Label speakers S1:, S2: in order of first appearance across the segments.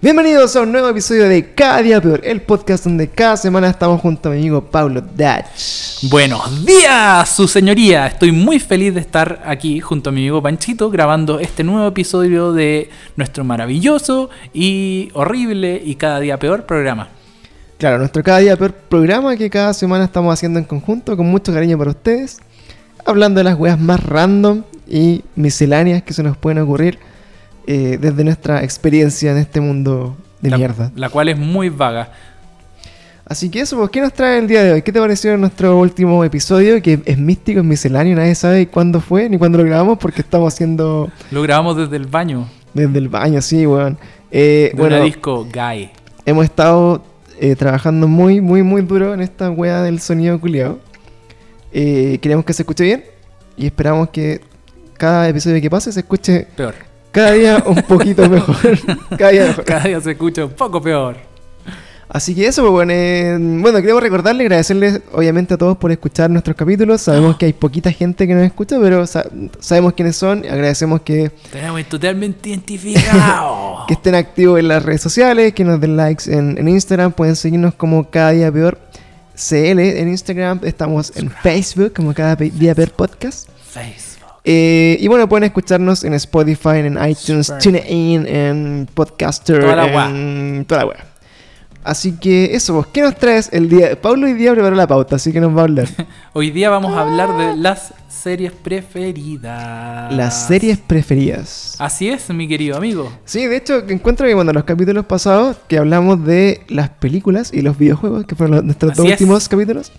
S1: Bienvenidos a un nuevo episodio de Cada Día Peor, el podcast donde cada semana estamos junto a mi amigo Pablo Dutch.
S2: Buenos días, su señoría. Estoy muy feliz de estar aquí junto a mi amigo Panchito grabando este nuevo episodio de nuestro maravilloso y horrible y cada día peor programa.
S1: Claro, nuestro Cada Día Peor programa que cada semana estamos haciendo en conjunto, con mucho cariño para ustedes, hablando de las weas más random y misceláneas que se nos pueden ocurrir eh, desde nuestra experiencia en este mundo de
S2: la,
S1: mierda.
S2: La cual es muy vaga.
S1: Así que eso, pues, ¿qué nos trae el día de hoy? ¿Qué te pareció nuestro último episodio? Que es místico, es misceláneo, nadie sabe cuándo fue ni cuándo lo grabamos porque estamos haciendo
S2: Lo grabamos desde el baño
S1: desde el baño, sí, weón. Eh,
S2: de
S1: bueno,
S2: una disco gay.
S1: hemos estado eh, trabajando muy, muy, muy duro en esta wea del sonido culiado. queremos que se escuche bien y esperamos que cada episodio que pase se escuche
S2: Peor.
S1: cada día un poquito mejor. cada día mejor.
S2: Cada día se escucha un poco peor.
S1: Así que eso, pues, bueno, eh, bueno, queremos recordarle, agradecerles obviamente a todos por escuchar nuestros capítulos.
S2: Ah.
S1: Sabemos que hay poquita gente que nos escucha, pero sa- sabemos quiénes son. Agradecemos que,
S2: Tenemos totalmente identificado.
S1: que estén activos en las redes sociales, que nos den likes en, en Instagram. Pueden seguirnos como cada día peor CL en Instagram. Estamos en Facebook como cada Pe- día peor podcast.
S2: Facebook.
S1: Eh, y bueno, pueden escucharnos en Spotify, en iTunes,
S2: Super.
S1: TuneIn, en Podcaster,
S2: Toda la weá.
S1: en toda la weá. Así que eso, vos, ¿qué nos traes el día? Pablo hoy día preparó la pauta, así que nos va a hablar.
S2: Hoy día vamos a hablar de las series preferidas.
S1: Las series preferidas.
S2: Así es, mi querido amigo.
S1: Sí, de hecho, encuentro que cuando en los capítulos pasados que hablamos de las películas y los videojuegos, que fueron los- nuestros
S2: Así
S1: dos
S2: es.
S1: últimos capítulos,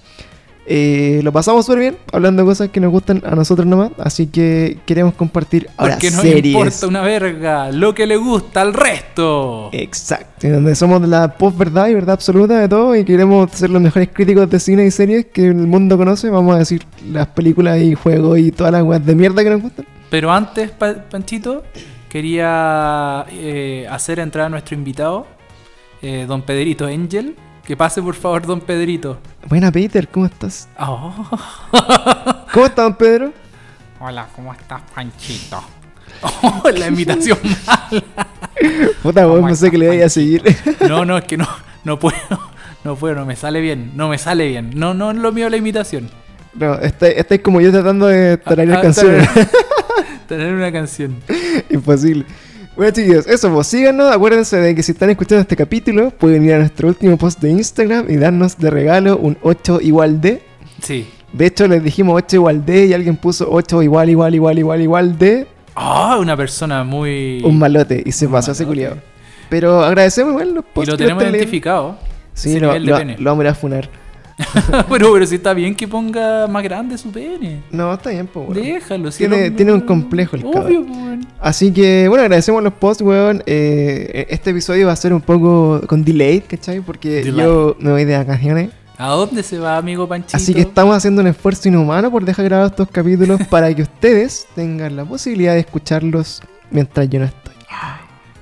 S1: eh, lo pasamos súper bien, hablando de cosas que nos gustan a nosotros nomás, así que queremos compartir ahora
S2: Porque no
S1: series.
S2: importa una verga lo que le gusta al resto.
S1: Eh. Exacto, en donde somos la post-verdad y verdad absoluta de todo y queremos ser los mejores críticos de cine y series que el mundo conoce. Vamos a decir las películas y juegos y todas las weas de mierda que nos gustan.
S2: Pero antes, Pa- Panchito, quería eh, hacer entrar a nuestro invitado, eh, don Pedrito Angel. Que pase, por favor, don Pedrito.
S1: Buena, Peter, ¿cómo estás?
S2: Oh.
S1: ¿Cómo estás, don Pedro?
S2: Hola, ¿cómo estás, Panchito? Oh, la invitación mala.
S1: Puta, weón,
S2: ¿Cómo
S1: no sé
S2: estás,
S1: que le voy a seguir.
S2: No, no, es que no, no puedo. No puedo, no me sale bien. No me sale bien. No, no es lo mío la imitación.
S1: No, estáis estáis como yo tratando de
S2: Ah,
S1: tararear
S2: ah,
S1: canciones.
S2: tener- Tener una canción.
S1: Imposible. Bueno, chicos, eso, pues síganos. Acuérdense de que si están escuchando este capítulo, pueden ir a nuestro último post de Instagram y darnos de regalo un 8 igual de.
S2: Sí.
S1: De hecho, les dijimos 8 igual de y alguien puso 8 igual, igual, igual, igual, igual de
S2: Ah, una persona muy.
S1: un malote y se pasó ese
S2: malote.
S1: culiado. Pero agradecemos igual los
S2: Y
S1: posts
S2: lo
S1: que
S2: tenemos
S1: están leyendo.
S2: identificado.
S1: Sí,
S2: ese
S1: lo,
S2: nivel de
S1: lo-
S2: pene.
S1: lo vamos a ir a funar.
S2: pero, pero si está bien que ponga más grande su pene.
S1: No, está bien, pues, weón.
S2: Déjalo. si
S1: Tiene-
S2: el hombre-
S1: tiene un complejo el
S2: Obvio,
S1: cabrón.
S2: po, weón.
S1: Así que, bueno, agradecemos los posts, weón. Eh, este episodio va a ser un poco con delay, ¿cachai? Porque
S2: Delay.
S1: yo me voy de vacaciones.
S2: ¿A dónde se va, amigo Panchito?
S1: Así que estamos haciendo un esfuerzo inhumano por dejar grabados estos capítulos para que ustedes tengan la posibilidad de escucharlos mientras yo no estoy.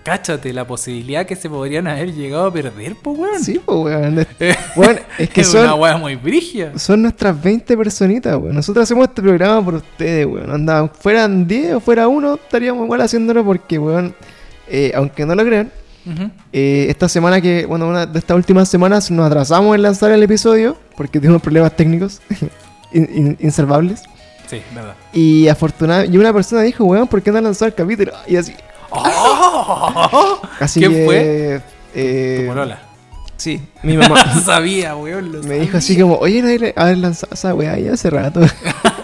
S2: Cáchate la posibilidad que se podrían haber llegado a perder, po, weón.
S1: Sí, pues, weón. Es- weón, es que
S2: una
S1: son,
S2: weá muy brigia.
S1: son nuestras 20 personitas, weón. Nosotros hacemos este programa por ustedes, weón. Anda, fueran 10 o fuera uno, estaríamos igual haciéndolo porque, weón, eh, aunque no lo crean,
S2: Ujú.
S1: Eh, esta semana que, bueno, una de estas últimas semanas nos atrasamos en lanzar el episodio porque tuvimos problemas técnicos in- in- insalvables.
S2: Sí, verdad.
S1: Y afortunadamente, y una persona dijo, weón, ¿por qué no han lanzado el capítulo? Y así,
S2: ¡Oh!
S1: así
S2: ¿Quién
S1: que,
S2: fue?
S1: eh,
S2: Tu polola.
S1: Sí, mi mamá.
S2: sabía, weón. lo
S1: me dijo así
S2: sabía.
S1: como, oye, no hay le- haber lanzado esa weá ya hace rato.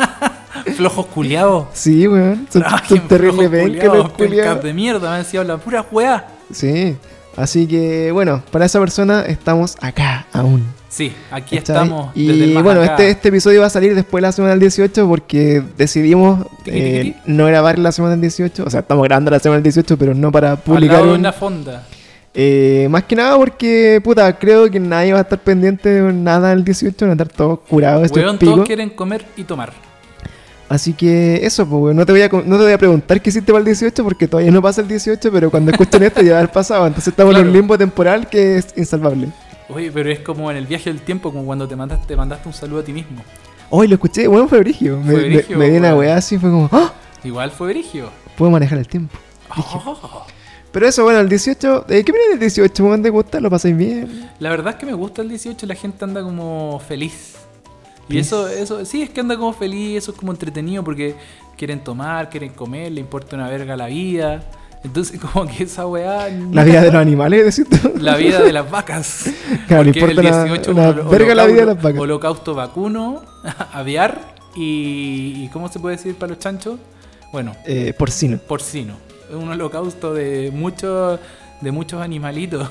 S2: Flojos culiados.
S1: sí, weón, son,
S2: Trabajen,
S1: son terribles
S2: flojos
S1: penca
S2: culiados,
S1: los
S2: pencas
S1: culiados.
S2: de mierda, me han sido la pura weá.
S1: Sí, así que, bueno, para esa persona estamos acá aún.
S2: Sí, aquí
S1: ¿Cachai?
S2: estamos.
S1: Y
S2: desde el más
S1: bueno,
S2: acá.
S1: este, este episodio va a salir después de la semana del 18 porque decidimos
S2: Tiqui,
S1: eh,
S2: tiqui.
S1: no grabar la semana del 18. O sea, estamos grabando la semana del 18, pero no para
S2: Al
S1: publicar.
S2: lado de
S1: un-
S2: una fonda.
S1: eh, más que nada porque, puta, creo que nadie va a estar pendiente de nada del 18, van a estar todos curados estos
S2: Weón,
S1: picos.
S2: todos quieren comer y tomar.
S1: Así que eso, pues, weón, no te, voy a, co- no te voy a preguntar qué hiciste para el 18 porque todavía no pasa el 18, pero cuando escuchen esto ya va a haber pasado. Entonces estamos en un
S2: Claro.
S1: limbo temporal que es insalvable.
S2: Oye, pero es como en el viaje del tiempo, como cuando te mandaste, te mandaste un saludo a ti mismo.
S1: Hoy lo escuché, bueno, fue brigio. Me,
S2: Fue
S1: me-
S2: brigio,
S1: me di una
S2: weón.
S1: weá así, fue como, ¡ah!
S2: Igual fue Brigio.
S1: Puedo manejar el tiempo.
S2: Oh,
S1: Pero eso, bueno, el 18. eh, ¿Qué viene el 18? weón? ¿Te gusta? ¿Lo pasáis bien?
S2: La verdad es que me gusta el 18, la gente anda como feliz. Y
S1: Feliz.
S2: eso, eso, sí, es que anda como feliz, eso es como entretenido porque quieren tomar, quieren comer, le importa una verga la vida. Entonces, como que esa
S1: La
S2: weá. nunca-
S1: vida de los animales, decís tú.
S2: La vida de las vacas.
S1: Claro, le
S2: Porque el
S1: importa la-
S2: 18
S1: la
S2: holo-
S1: verga la vida de las
S2: holocausto-
S1: vacas.
S2: Holocausto vacuno, aviar y, y ¿Cómo se puede decir para los chanchos? Bueno,
S1: Eh, porcino.
S2: porcino. Es un holocausto de muchos de muchos animalitos.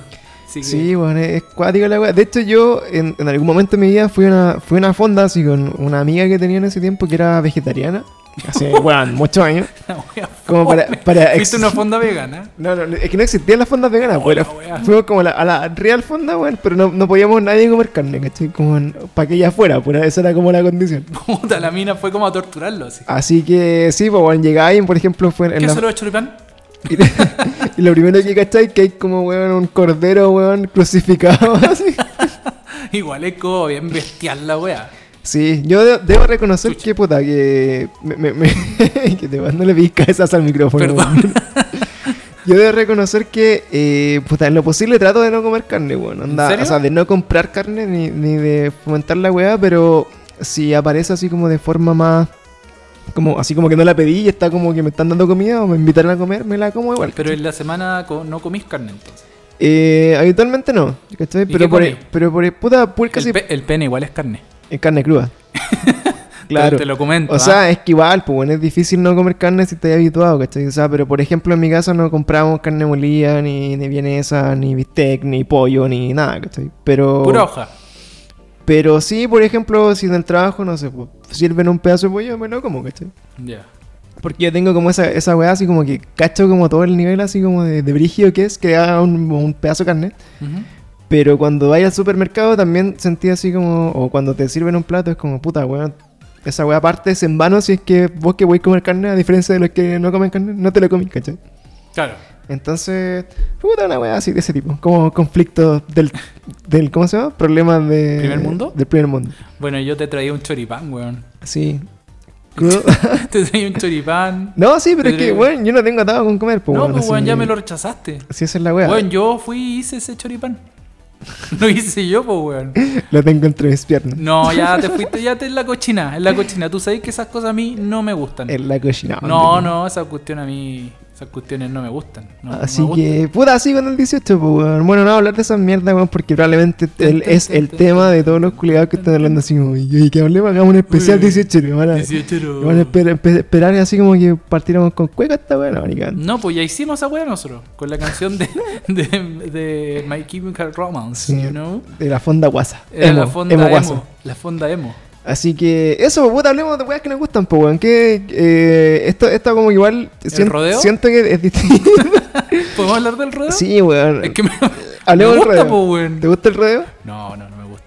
S2: Así que-
S1: Sí, bueno, es cuático la weá. De hecho, yo en, en algún momento de mi vida fui a una, fui a una fonda así con una amiga que tenía en ese tiempo que era vegetariana. Hace, bueno, muchos años.
S2: La wea
S1: Como para.
S2: fome.
S1: para ex-
S2: Fuiste una fonda vegana.
S1: No, no, es que no existían las fondas veganas,
S2: Hola,
S1: weón.
S2: weá.
S1: Oh, Fuimos como a la, a la real fonda, weón, pero no, no podíamos nadie comer carne, ¿cachai? Como para que ella fuera, pues esa era como la condición.
S2: Puta, la mina fue como a torturarlo así.
S1: Así que sí, pues bueno, llegáis, por ejemplo, fue Ah, en
S2: ¿Qué
S1: la-
S2: se lo choripán?
S1: y, y lo primero que cacháis que hay como, weón, un cordero, weón, crucificado, así.
S2: Igual es como bien bestial la wea.
S1: Sí, yo de- debo reconocer
S2: Chucha.
S1: que puta, que. Me, me- me- que te no le pizca esas al micrófono.
S2: Perdón.
S1: weón. Yo debo reconocer que, eh, puta, en lo posible trato de no comer carne, weón. Onda,
S2: ¿En serio?
S1: O sea, de no comprar carne ni, ni de fomentar la weá, pero si aparece así como de forma más. Como, así como que no la pedí y está como que me están dando comida o me invitaron a comer, me la como igual.
S2: Pero en la semana co- no comís carne entonces.
S1: Eh, habitualmente no, ¿cachai?
S2: ¿Y
S1: Pero
S2: qué
S1: por,
S2: comí?
S1: pero por puta puerca
S2: El,
S1: sí,
S2: pe- el pene igual es carne.
S1: en carne cruda. claro.
S2: Te, te lo ¿ah? comento.
S1: O sea, es que igual, pues bueno, es difícil no comer carne si estás habituado, ¿cachai? O sea, pero por ejemplo en mi casa no compramos carne molida, ni, ni vienesa, ni bistec, ni pollo, ni nada, ¿cachai? Pero,
S2: ¿ah? Pura hoja.
S1: pero sí, por ejemplo, si en el trabajo, no sé, pues, sirven un pedazo de pollo, me lo como, ¿cachai?
S2: Ya.
S1: Porque yo tengo como esa, esa weá así como que cacho como todo el nivel así como de, de brígido que es, que haga un, un pedazo de carne.
S2: Ujú.
S1: Pero cuando vaya al supermercado también sentí así como, o cuando te sirven un plato es como, puta, weón, esa weá aparte es en vano si es que vos que voy a comer carne, a diferencia de los que no comen carne, no te lo comís, ¿cachai?
S2: Claro.
S1: Entonces, puta, una weá así de ese tipo, como conflictos del, del ¿cómo se llama? Problemas de...
S2: ¿Primer mundo?
S1: Del primer mundo.
S2: Bueno, yo te traía un choripán, weón.
S1: Sí. Crudo.
S2: te traía un choripán.
S1: no, sí, pero es que, weón, yo no tengo atado con comer, pues,
S2: no,
S1: weón,
S2: pues
S1: así
S2: weón, ya
S1: que-
S2: me lo rechazaste.
S1: Sí, esa es la weá.
S2: Weón, yo fui y hice ese choripán. Lo hice yo, pues weón.
S1: Lo tengo entre mis piernas.
S2: No, ya te fuiste, ya te en la cochina, en la cochina. Tú sabes que esas cosas a mí no me gustan.
S1: En la cocina.
S2: No, no, esas cuestiones a mí, esas cuestiones no me gustan. no- no me
S1: Así
S2: gustan.
S1: que, puta, así con el 18, pues, weón. Bueno, no hablar de esas mierdas, weón, porque probablemente el- es el tema de todos los culiados que están hablando así como, y y que hablemos, hagamos un especial 18, y me van a,
S2: 18 no.
S1: me van a esper- empe- esperar así como que partiéramos con cueca esta weón,
S2: No, pues ya hicimos esa weá nosotros, con la canción de, de, de My Chemical Romance,
S1: Sí.
S2: you know?
S1: De la fonda guasa.
S2: Era
S1: Emo,
S2: Eh, la fonda
S1: emo
S2: emo,
S1: guasa.
S2: la fonda emo.
S1: Así que, eso, pues, puta, hablemos de weas que nos gustan, pues, weón. Que eh, esto, esto como que igual. sien-
S2: rodeo?
S1: Siento que es distinto.
S2: ¿Podemos hablar del rodeo?
S1: sí, weón.
S2: Es que me,
S1: Hablemos
S2: me
S1: del
S2: gusta,
S1: rodeo.
S2: po, weón.
S1: ¿Te gusta el rodeo?
S2: No, no, no me gusta.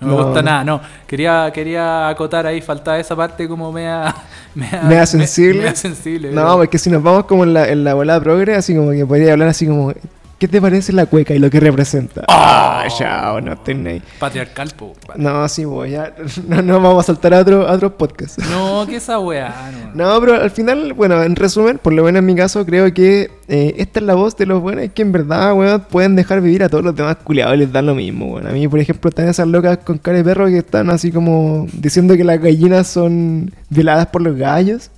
S2: No me
S1: No.
S2: gusta nada, no. Quería, quería acotar ahí, faltaba esa parte como mea... Mea,
S1: Mea sensible.
S2: Mea sensible.
S1: Este, No, porque si nos vamos como en la, en la volada progre, así como que podría hablar así como, ¿qué te parece la cueca y lo que representa? Ah, ya, no tenéis.
S2: Patriarcal, po. weón.
S1: No, sí, voy, ya, no, no vamos a saltar a otro, a otro podcast.
S2: No, que esa weá, no.
S1: No, pero al final, bueno, en resumen, por lo menos en mi caso, creo que eh, esta es la voz de los buenos que en verdad, weón, pueden dejar vivir a todos los demás culiados y les dan lo mismo, weón. A mí, por ejemplo, están esas locas con cara de perro que están así como diciendo que las gallinas son violadas por los gallos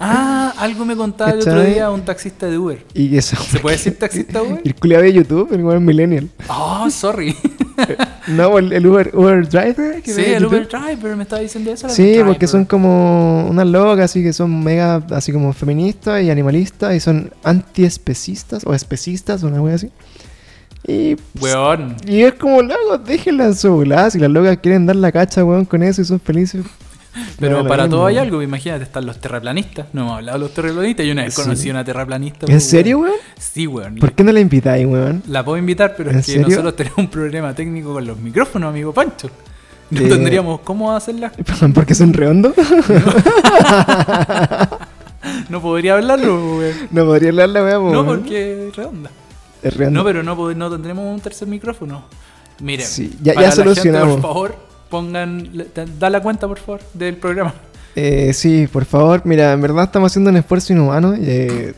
S2: Ah, algo me contaba el otro
S1: ¿Cachai?
S2: día un taxista de Uber.
S1: y que son...
S2: ¿Se puede decir taxista, weón?
S1: Y El culiado de YouTube, el weón millennial.
S2: Oh, sorry.
S1: No, el, el Uber, Uber Driver. que
S2: Sí,
S1: ve
S2: el
S1: YouTube.
S2: Uber Driver me estaba diciendo eso. el
S1: Sí,
S2: Uber
S1: porque
S2: driver.
S1: son como unas locas, así que son mega, así como feministas y animalistas, y son antiespecistas o especistas, una wea así. Y,
S2: Weón.
S1: y es como, loco, déjenlas en su volada, si las locas quieren dar la cacha, weón, con eso y son felices.
S2: Pero
S1: No, lo
S2: para
S1: mismo,
S2: todo hay
S1: weón.
S2: algo, imagínate, están los terraplanistas. No hemos hablado de los terraplanistas. Yo una vez
S1: Sí.
S2: conocí a una terraplanista.
S1: ¿En
S2: pues,
S1: serio,
S2: weón.
S1: weón?
S2: Sí, weón.
S1: ¿Por qué no la invitáis, weón?
S2: La puedo invitar, pero
S1: ¿En
S2: es que
S1: serio?
S2: nosotros tenemos un problema técnico con los micrófonos, amigo Pancho. No
S1: Eh.
S2: tendríamos cómo hacerlas.
S1: ¿Porque son redondos?
S2: No podría hablarlo, weón.
S1: no podría hablar la wea, weón.
S2: No, porque es redonda.
S1: Es redondo.
S2: No, pero no, pod- no tendremos un tercer micrófono. Miren,
S1: Sí, ya- ya
S2: para la gente,
S1: solucionamos.
S2: por favor, pongan, le- da- da la cuenta, por favor, del programa.
S1: Eh, sí, por favor, mira, en verdad estamos haciendo un esfuerzo inhumano. eh,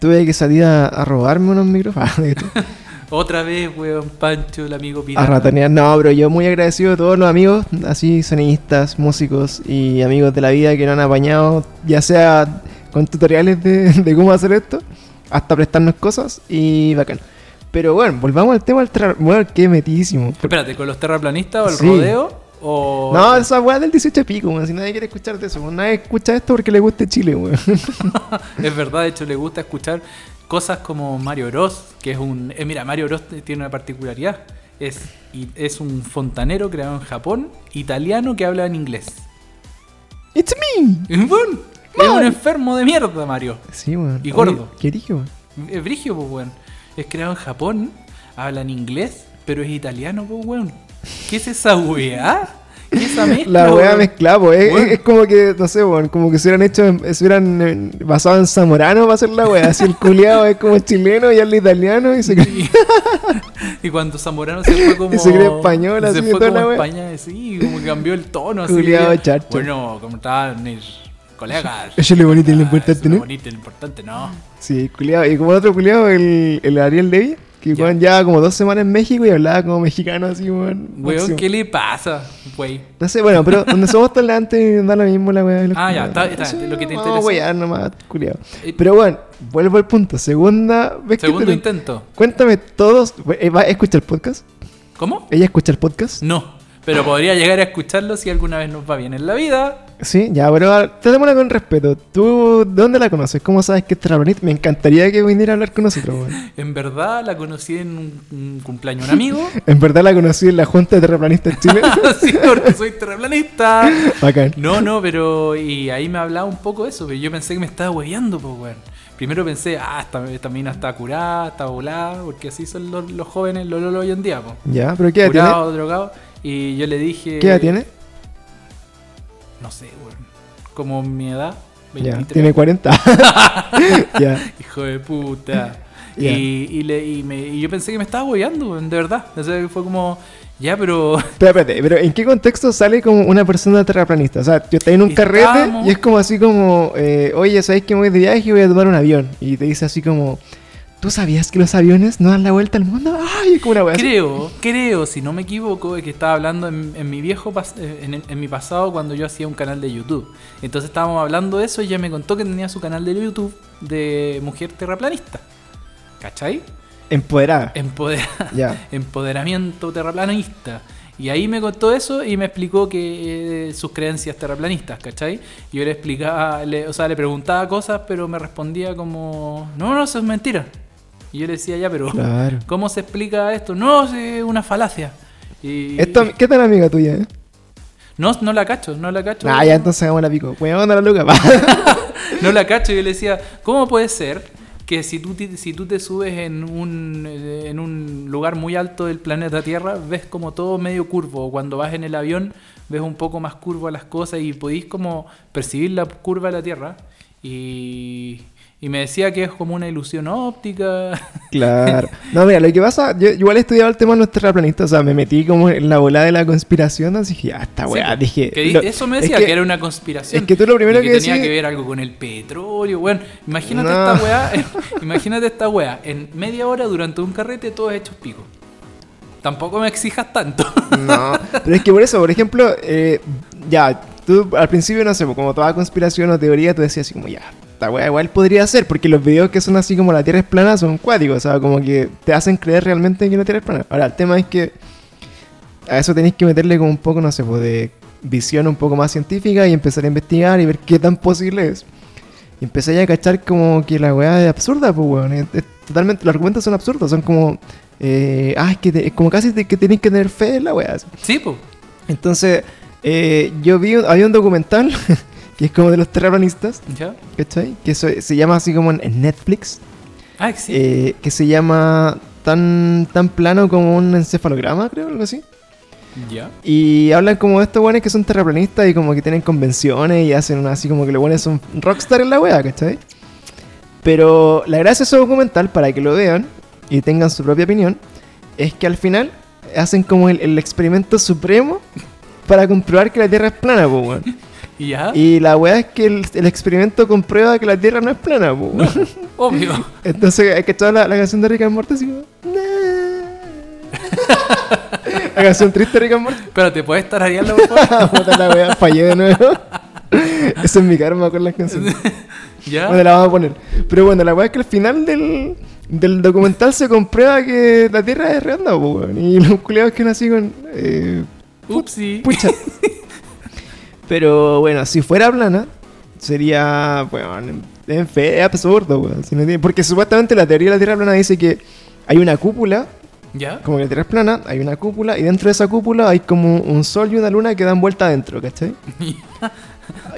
S1: Tuve que salir a, a robarme unos micrófonos.
S2: Otra vez, weón, Pancho, el amigo
S1: a
S2: pirata.
S1: ratonear. No, pero yo muy agradecido a todos los amigos, así sonidistas, músicos y amigos de la vida que nos han apañado, ya sea con tutoriales de, de cómo hacer esto, hasta prestarnos cosas y bacán. Pero bueno, volvamos al tema del tra- Bueno, qué metidísimo.
S2: Espérate, ¿con los terraplanistas o el
S1: Sí.
S2: rodeo? O...
S1: No, esa weá del 18 de pico, weón. Si nadie quiere escuchar de eso, weón. nadie escucha esto porque le guste Chile, weón.
S2: Es verdad, de hecho le gusta escuchar cosas como Mario Bros, que es un... eh, mira, Mario Bros tiene una particularidad. Es, y- es un fontanero creado en Japón, italiano que habla en inglés.
S1: It's me.
S2: Es un- es un enfermo de mierda, Mario.
S1: Sí, weón.
S2: Y gordo.
S1: Oye, Qué rico, weón.
S2: Es brigio, pues, weón. Es creado en Japón, habla en inglés, pero es italiano, pues, weón. ¿Qué es esa weá? ¿Qué es esa mezcla?
S1: La wea
S2: weón?
S1: mezclada, pues. Es,
S2: Weón.
S1: es- es como que, no sé, weón, como que se hubieran hecho, en- se hubieran eh, basado en Zamorano para hacer la wea. Así el culiado es como chileno y habla italiano y se cree.
S2: Y cuando Zamorano se fue como.
S1: Y se cree español,
S2: se
S1: así,
S2: fue
S1: toda
S2: como
S1: la
S2: a
S1: wea.
S2: España, sí, como que cambió el tono, así.
S1: Culeado charcho.
S2: Bueno, ¿cómo están, mis colegas?
S1: Eso es lo bonito y lo
S2: Ah,
S1: importante,
S2: eso es lo
S1: ¿no?
S2: bonito y lo importante, ¿no?
S1: Sí, culiado. Y como el otro culiado, el, el Ariel Levy, que
S2: Ya.
S1: weón llevaba como dos semanas en México y hablaba como mexicano así, weón.
S2: Weón,
S1: máximo.
S2: ¿qué le pasa, wey?
S1: No sé, bueno, pero donde somos tolerantes da lo mismo la weá. de los
S2: Ah, ya,
S1: culiados.
S2: está- está, lo que te
S1: vamos
S2: interesa.
S1: a wear nomás, culiado.
S2: Eh,
S1: Pero bueno, vuelvo al punto. Segunda vez que
S2: Segundo
S1: te-
S2: intento.
S1: Cuéntame todos. eh, ¿va- ¿Escucha el podcast?
S2: ¿Cómo?
S1: ¿Ella escucha el podcast?
S2: No, pero podría llegar a escucharlo si alguna vez nos va bien en la vida.
S1: Sí, ya, pero ah, tratémosla con respeto. ¿Tú de dónde la conoces? ¿Cómo sabes que es Trabanit? Me encantaría que viniera a hablar con nosotros, weón.
S2: En verdad la conocí en un, un cumpleaños de un amigo.
S1: En verdad la conocí en la Junta de Terraplanistas de Chile.
S2: sí, porque soy terraplanista.
S1: Bacán.
S2: No, no, pero y ahí me hablaba un poco de eso, pero yo pensé que me estaba hueveando, pues, weón. Primero pensé, ah, esta, esta mina está curada, está volada, porque así son los, los jóvenes, los lolo hoy en día, pues.
S1: Ya, pero ¿qué edad tiene?
S2: Curado, drogado. Y yo le dije.
S1: ¿Qué edad tiene?
S2: No sé, weón. Como mi edad,
S1: Ya,
S2: 23.
S1: tiene 40. ya,
S2: Hijo de puta.
S1: Ya.
S2: Y, y le- y me- y yo pensé que me estaba hueveando, weón, de verdad. O sea, fue como, ya, pero.
S1: pero espérate, pero ¿en qué contexto sale como una persona terraplanista? O sea, yo estoy en un carrete
S2: Estamos-
S1: y es como así como, eh, oye, ¿sabes que me voy de viaje y voy a tomar un avión? Y te dice así como, ¿tú sabías que los aviones no dan la vuelta al mundo? Ay, es como una weá. así.
S2: Creo, creo, si no me equivoco, es que estaba hablando en, en mi viejo pas- eh, en, en- en mi pasado cuando yo hacía un canal de YouTube. Entonces estábamos hablando de eso y ella me contó que tenía su canal de YouTube de mujer terraplanista. ¿Cachai?
S1: Empoderada.
S2: Em- Empoderada.
S1: Ya.
S2: empoderamiento terraplanista. Y ahí me contó eso y me explicó que eh, sus creencias terraplanistas, ¿cachai? Yo le explicaba, le- o sea, le preguntaba cosas, pero me respondía como, no, no, eso es mentira. Y yo le decía, ya, pero
S1: Claro.
S2: ¿cómo se explica esto? No, sí, es eh, una falacia. Y
S1: Esto- ¿Qué tan amiga tuya? Eh?
S2: no, no la cacho, no la cacho.
S1: Ah, ya entonces hagamos la pico. Weón, a la loca. pa.
S2: No la cacho. Yo le decía, ¿cómo puede ser que si tú, ti- si tú te subes en un, eh, en un lugar muy alto del planeta Tierra, ves como todo medio curvo? O cuando vas en el avión, ves un poco más curvo a las cosas y podéis como percibir la curva de la Tierra. Y, y me decía que es como una ilusión óptica.
S1: claro. No, mira, lo que pasa, yo igual he estudiado el tema de los terraplanistas, o sea, me metí como en la bola de la conspiración, así que, ah, esta weá,
S2: Sí,
S1: dije.
S2: que di-
S1: lo-
S2: eso me
S1: es
S2: decía, que, era una conspiración.
S1: es que tú lo primero
S2: Y
S1: que
S2: tenía
S1: decís-
S2: que ver algo con el petróleo, bueno, imagínate
S1: No.
S2: esta weá, imagínate esta weá, en media hora durante un carrete todos hechos pico. Tampoco me exijas tanto.
S1: No, pero es que por eso, por ejemplo, eh, ya, tú al principio, no sé, pues, como toda conspiración o teoría, tú decías así como, ya, esta weá igual podría ser, porque los videos que son así como la Tierra es plana son cuáticos, o sea, como que te hacen creer realmente que la Tierra es plana. Ahora, el tema es que a eso tenéis que meterle como un poco, no sé, pues de visión un poco más científica y empezar a investigar y ver qué tan posible es. Y empecé ya a cachar como que la weá es absurda, pues weón. Es- es totalmente, los argumentos son absurdos, son como... eh, ah, es que te- es como casi de que tenéis que tener fe en la weá. así.
S2: sí, pues.
S1: Entonces, eh, yo vi, un- había un documental que es como de los terraplanistas,
S2: ¿Ya?
S1: ¿cachai? Que se, se llama así como en en Netflix,
S2: Ah, existe.
S1: eh, que se llama tan, tan plano como un encefalograma, creo, algo así.
S2: Ya.
S1: Y hablan como de estos buenos que son terraplanistas y como que tienen convenciones y hacen una- así como que los buenos son rockstar en la wea, ¿cachai? Pero la gracia de ese documental, para que lo vean y tengan su propia opinión, es que al final hacen como el, el experimento supremo para comprobar que la Tierra es plana, po, weón.
S2: ¿Ya?
S1: Y la weá es que el, el experimento comprueba que la Tierra no es plana, po.
S2: No, obvio.
S1: Entonces, es que toda la, la canción de Rick and Morty así como, "Nah". La canción triste de Rick and Morty.
S2: Pero te puedes tararearlo, por favor.
S1: Puta la weá, fallé de nuevo. Eso es mi karma con las canciones. Bueno,
S2: ¿Ya?
S1: la vamos a poner. Pero bueno, la weá es que al final del, del documental se comprueba que la Tierra es redonda, po, weón. Y los culiados que nací con. Eh,
S2: Upsi.
S1: Pucha. Pero bueno, si fuera plana, sería. Bueno, en fe, es absurdo, weón. Si no tiene- Porque supuestamente la teoría de la Tierra plana dice que hay una cúpula,
S2: ¿Ya?
S1: como que la Tierra es plana, hay una cúpula, y dentro de esa cúpula hay como un sol y una luna que dan vuelta adentro, ¿cachai? y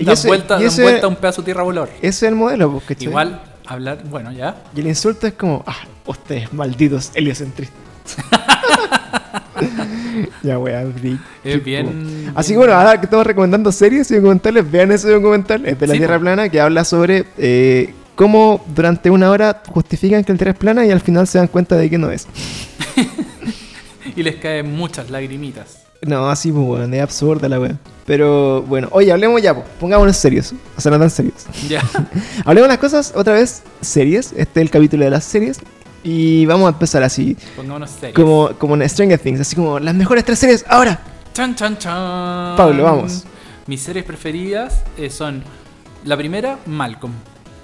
S2: Dan
S1: ese,
S2: vuelta,
S1: y
S2: dan
S1: ese-
S2: vuelta un pedazo de tierra volador.
S1: ese es el modelo, pues, ¿cachai?
S2: Igual, hablar. Bueno, ya.
S1: Y el insulto es como, ah, ustedes malditos heliocentristas. ya, weón, Rick,
S2: Es
S1: tipo.
S2: bien-
S1: Así que bueno, ahora que estamos recomendando series y documentales, vean ese documental, es de la
S2: Sí,
S1: Tierra
S2: po.
S1: Plana, que habla sobre eh, cómo durante una hora justifican que la Tierra es plana y al final se dan cuenta de que no es.
S2: Y les caen muchas lagrimitas.
S1: No, así, pues, weón, es absurda la weón. Pero bueno, oye, hablemos ya, pues, pongámonos serios, o sea, no tan serios.
S2: Ya.
S1: Hablemos de las cosas, otra vez, series, este es el capítulo de las series. Y vamos a empezar así.
S2: Pongámonos serios.
S1: Como, como en Stranger Things, así como las mejores tres series ahora.
S2: Chan, chan, chan.
S1: Pablo, vamos.
S2: Mis series preferidas eh, son la primera, Malcolm,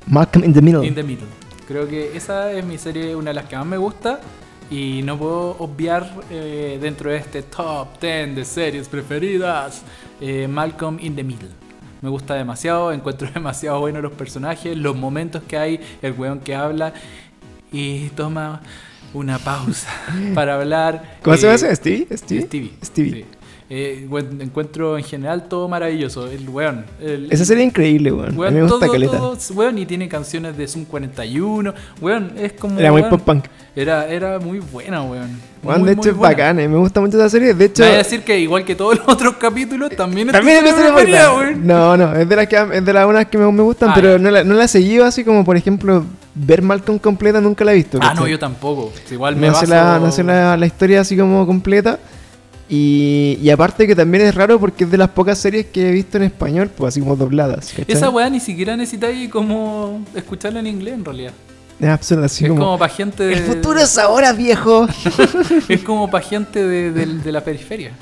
S1: Malcolm in the Middle.
S2: In the Middle. Creo que esa es mi serie, una de las que más me gusta. Y no puedo obviar eh, dentro de este top 10 de series preferidas, eh, Malcolm in the Middle. Me gusta demasiado, encuentro demasiado bueno los personajes, los momentos que hay, el weón que habla y toma una pausa para hablar.
S1: ¿Cómo se llama
S2: eh,
S1: ese? ¿Stevie? ¿Stevie?
S2: Stevie.
S1: Stevie.
S2: Sí. Eh, buen- encuentro en general todo maravilloso. El weón. El,
S1: Esa serie es increíble, weón.
S2: weón,
S1: A mí me gusta
S2: todo,
S1: caleta.
S2: todo es weón, y tiene canciones de Zoom 41. Weón, es como.
S1: Era muy
S2: weón,
S1: pop punk.
S2: Era, era muy buena, weón.
S1: Weón,
S2: Muy,
S1: de
S2: muy
S1: hecho es
S2: buena.
S1: bacán, eh, me gusta mucho esa serie. De hecho,
S2: Me voy a decir que igual que todos los otros capítulos, también,
S1: también es
S2: tu
S1: una serie
S2: preferida,
S1: buena.
S2: weón.
S1: No, no, es de las que es de las unas que me, me gustan,
S2: Ah,
S1: pero
S2: ya.
S1: no la, no la he seguido así como por ejemplo ver Malcolm completa nunca la he visto.
S2: Ah,
S1: ¿cachai?
S2: no, yo tampoco. Igual me
S1: no sé,
S2: baso-
S1: la, no sé la, la historia así como completa. Y, y aparte que también es raro porque es de las pocas series que he visto en español, pues así como dobladas. ¿cachai?
S2: Esa weá ni siquiera necesitáis como escucharla en inglés en realidad.
S1: Es absurdo, así
S2: es
S1: como...
S2: como para gente de-
S1: El futuro es ahora, viejo.
S2: Es como para gente de, de- de la periferia.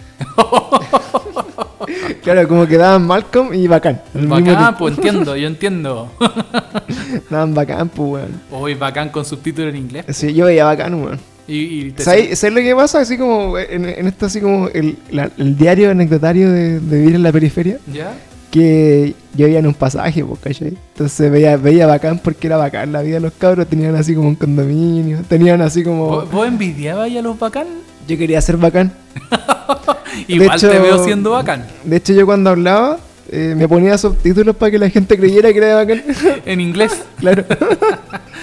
S1: claro, como que daban Malcolm y bacán. Al mismo
S2: Bacán,
S1: tiempo.
S2: pues entiendo, yo entiendo.
S1: Daban bacán, pues, weón.
S2: Hoy bacán con subtítulos en inglés.
S1: Sí, yo veía bacán, weón.
S2: Y, y te-
S1: ¿Sabes sabes lo que pasa? Así como en, en esto, así como el, la- el diario anecdotario de, de vivir en la periferia,
S2: ¿Ya?
S1: que yo veía en un pasaje, pues, ¿cachai? Entonces veía, veía bacán porque era bacán la vida de los cabros. Tenían así como un condominio, tenían así como.
S2: ¿Vos vos envidiabas ya a los bacán?
S1: Yo quería ser bacán.
S2: Igual te
S1: hecho-
S2: veo siendo bacán.
S1: De hecho, yo cuando hablaba, eh, me ponía subtítulos para que la gente creyera que era bacán.
S2: En inglés.
S1: claro.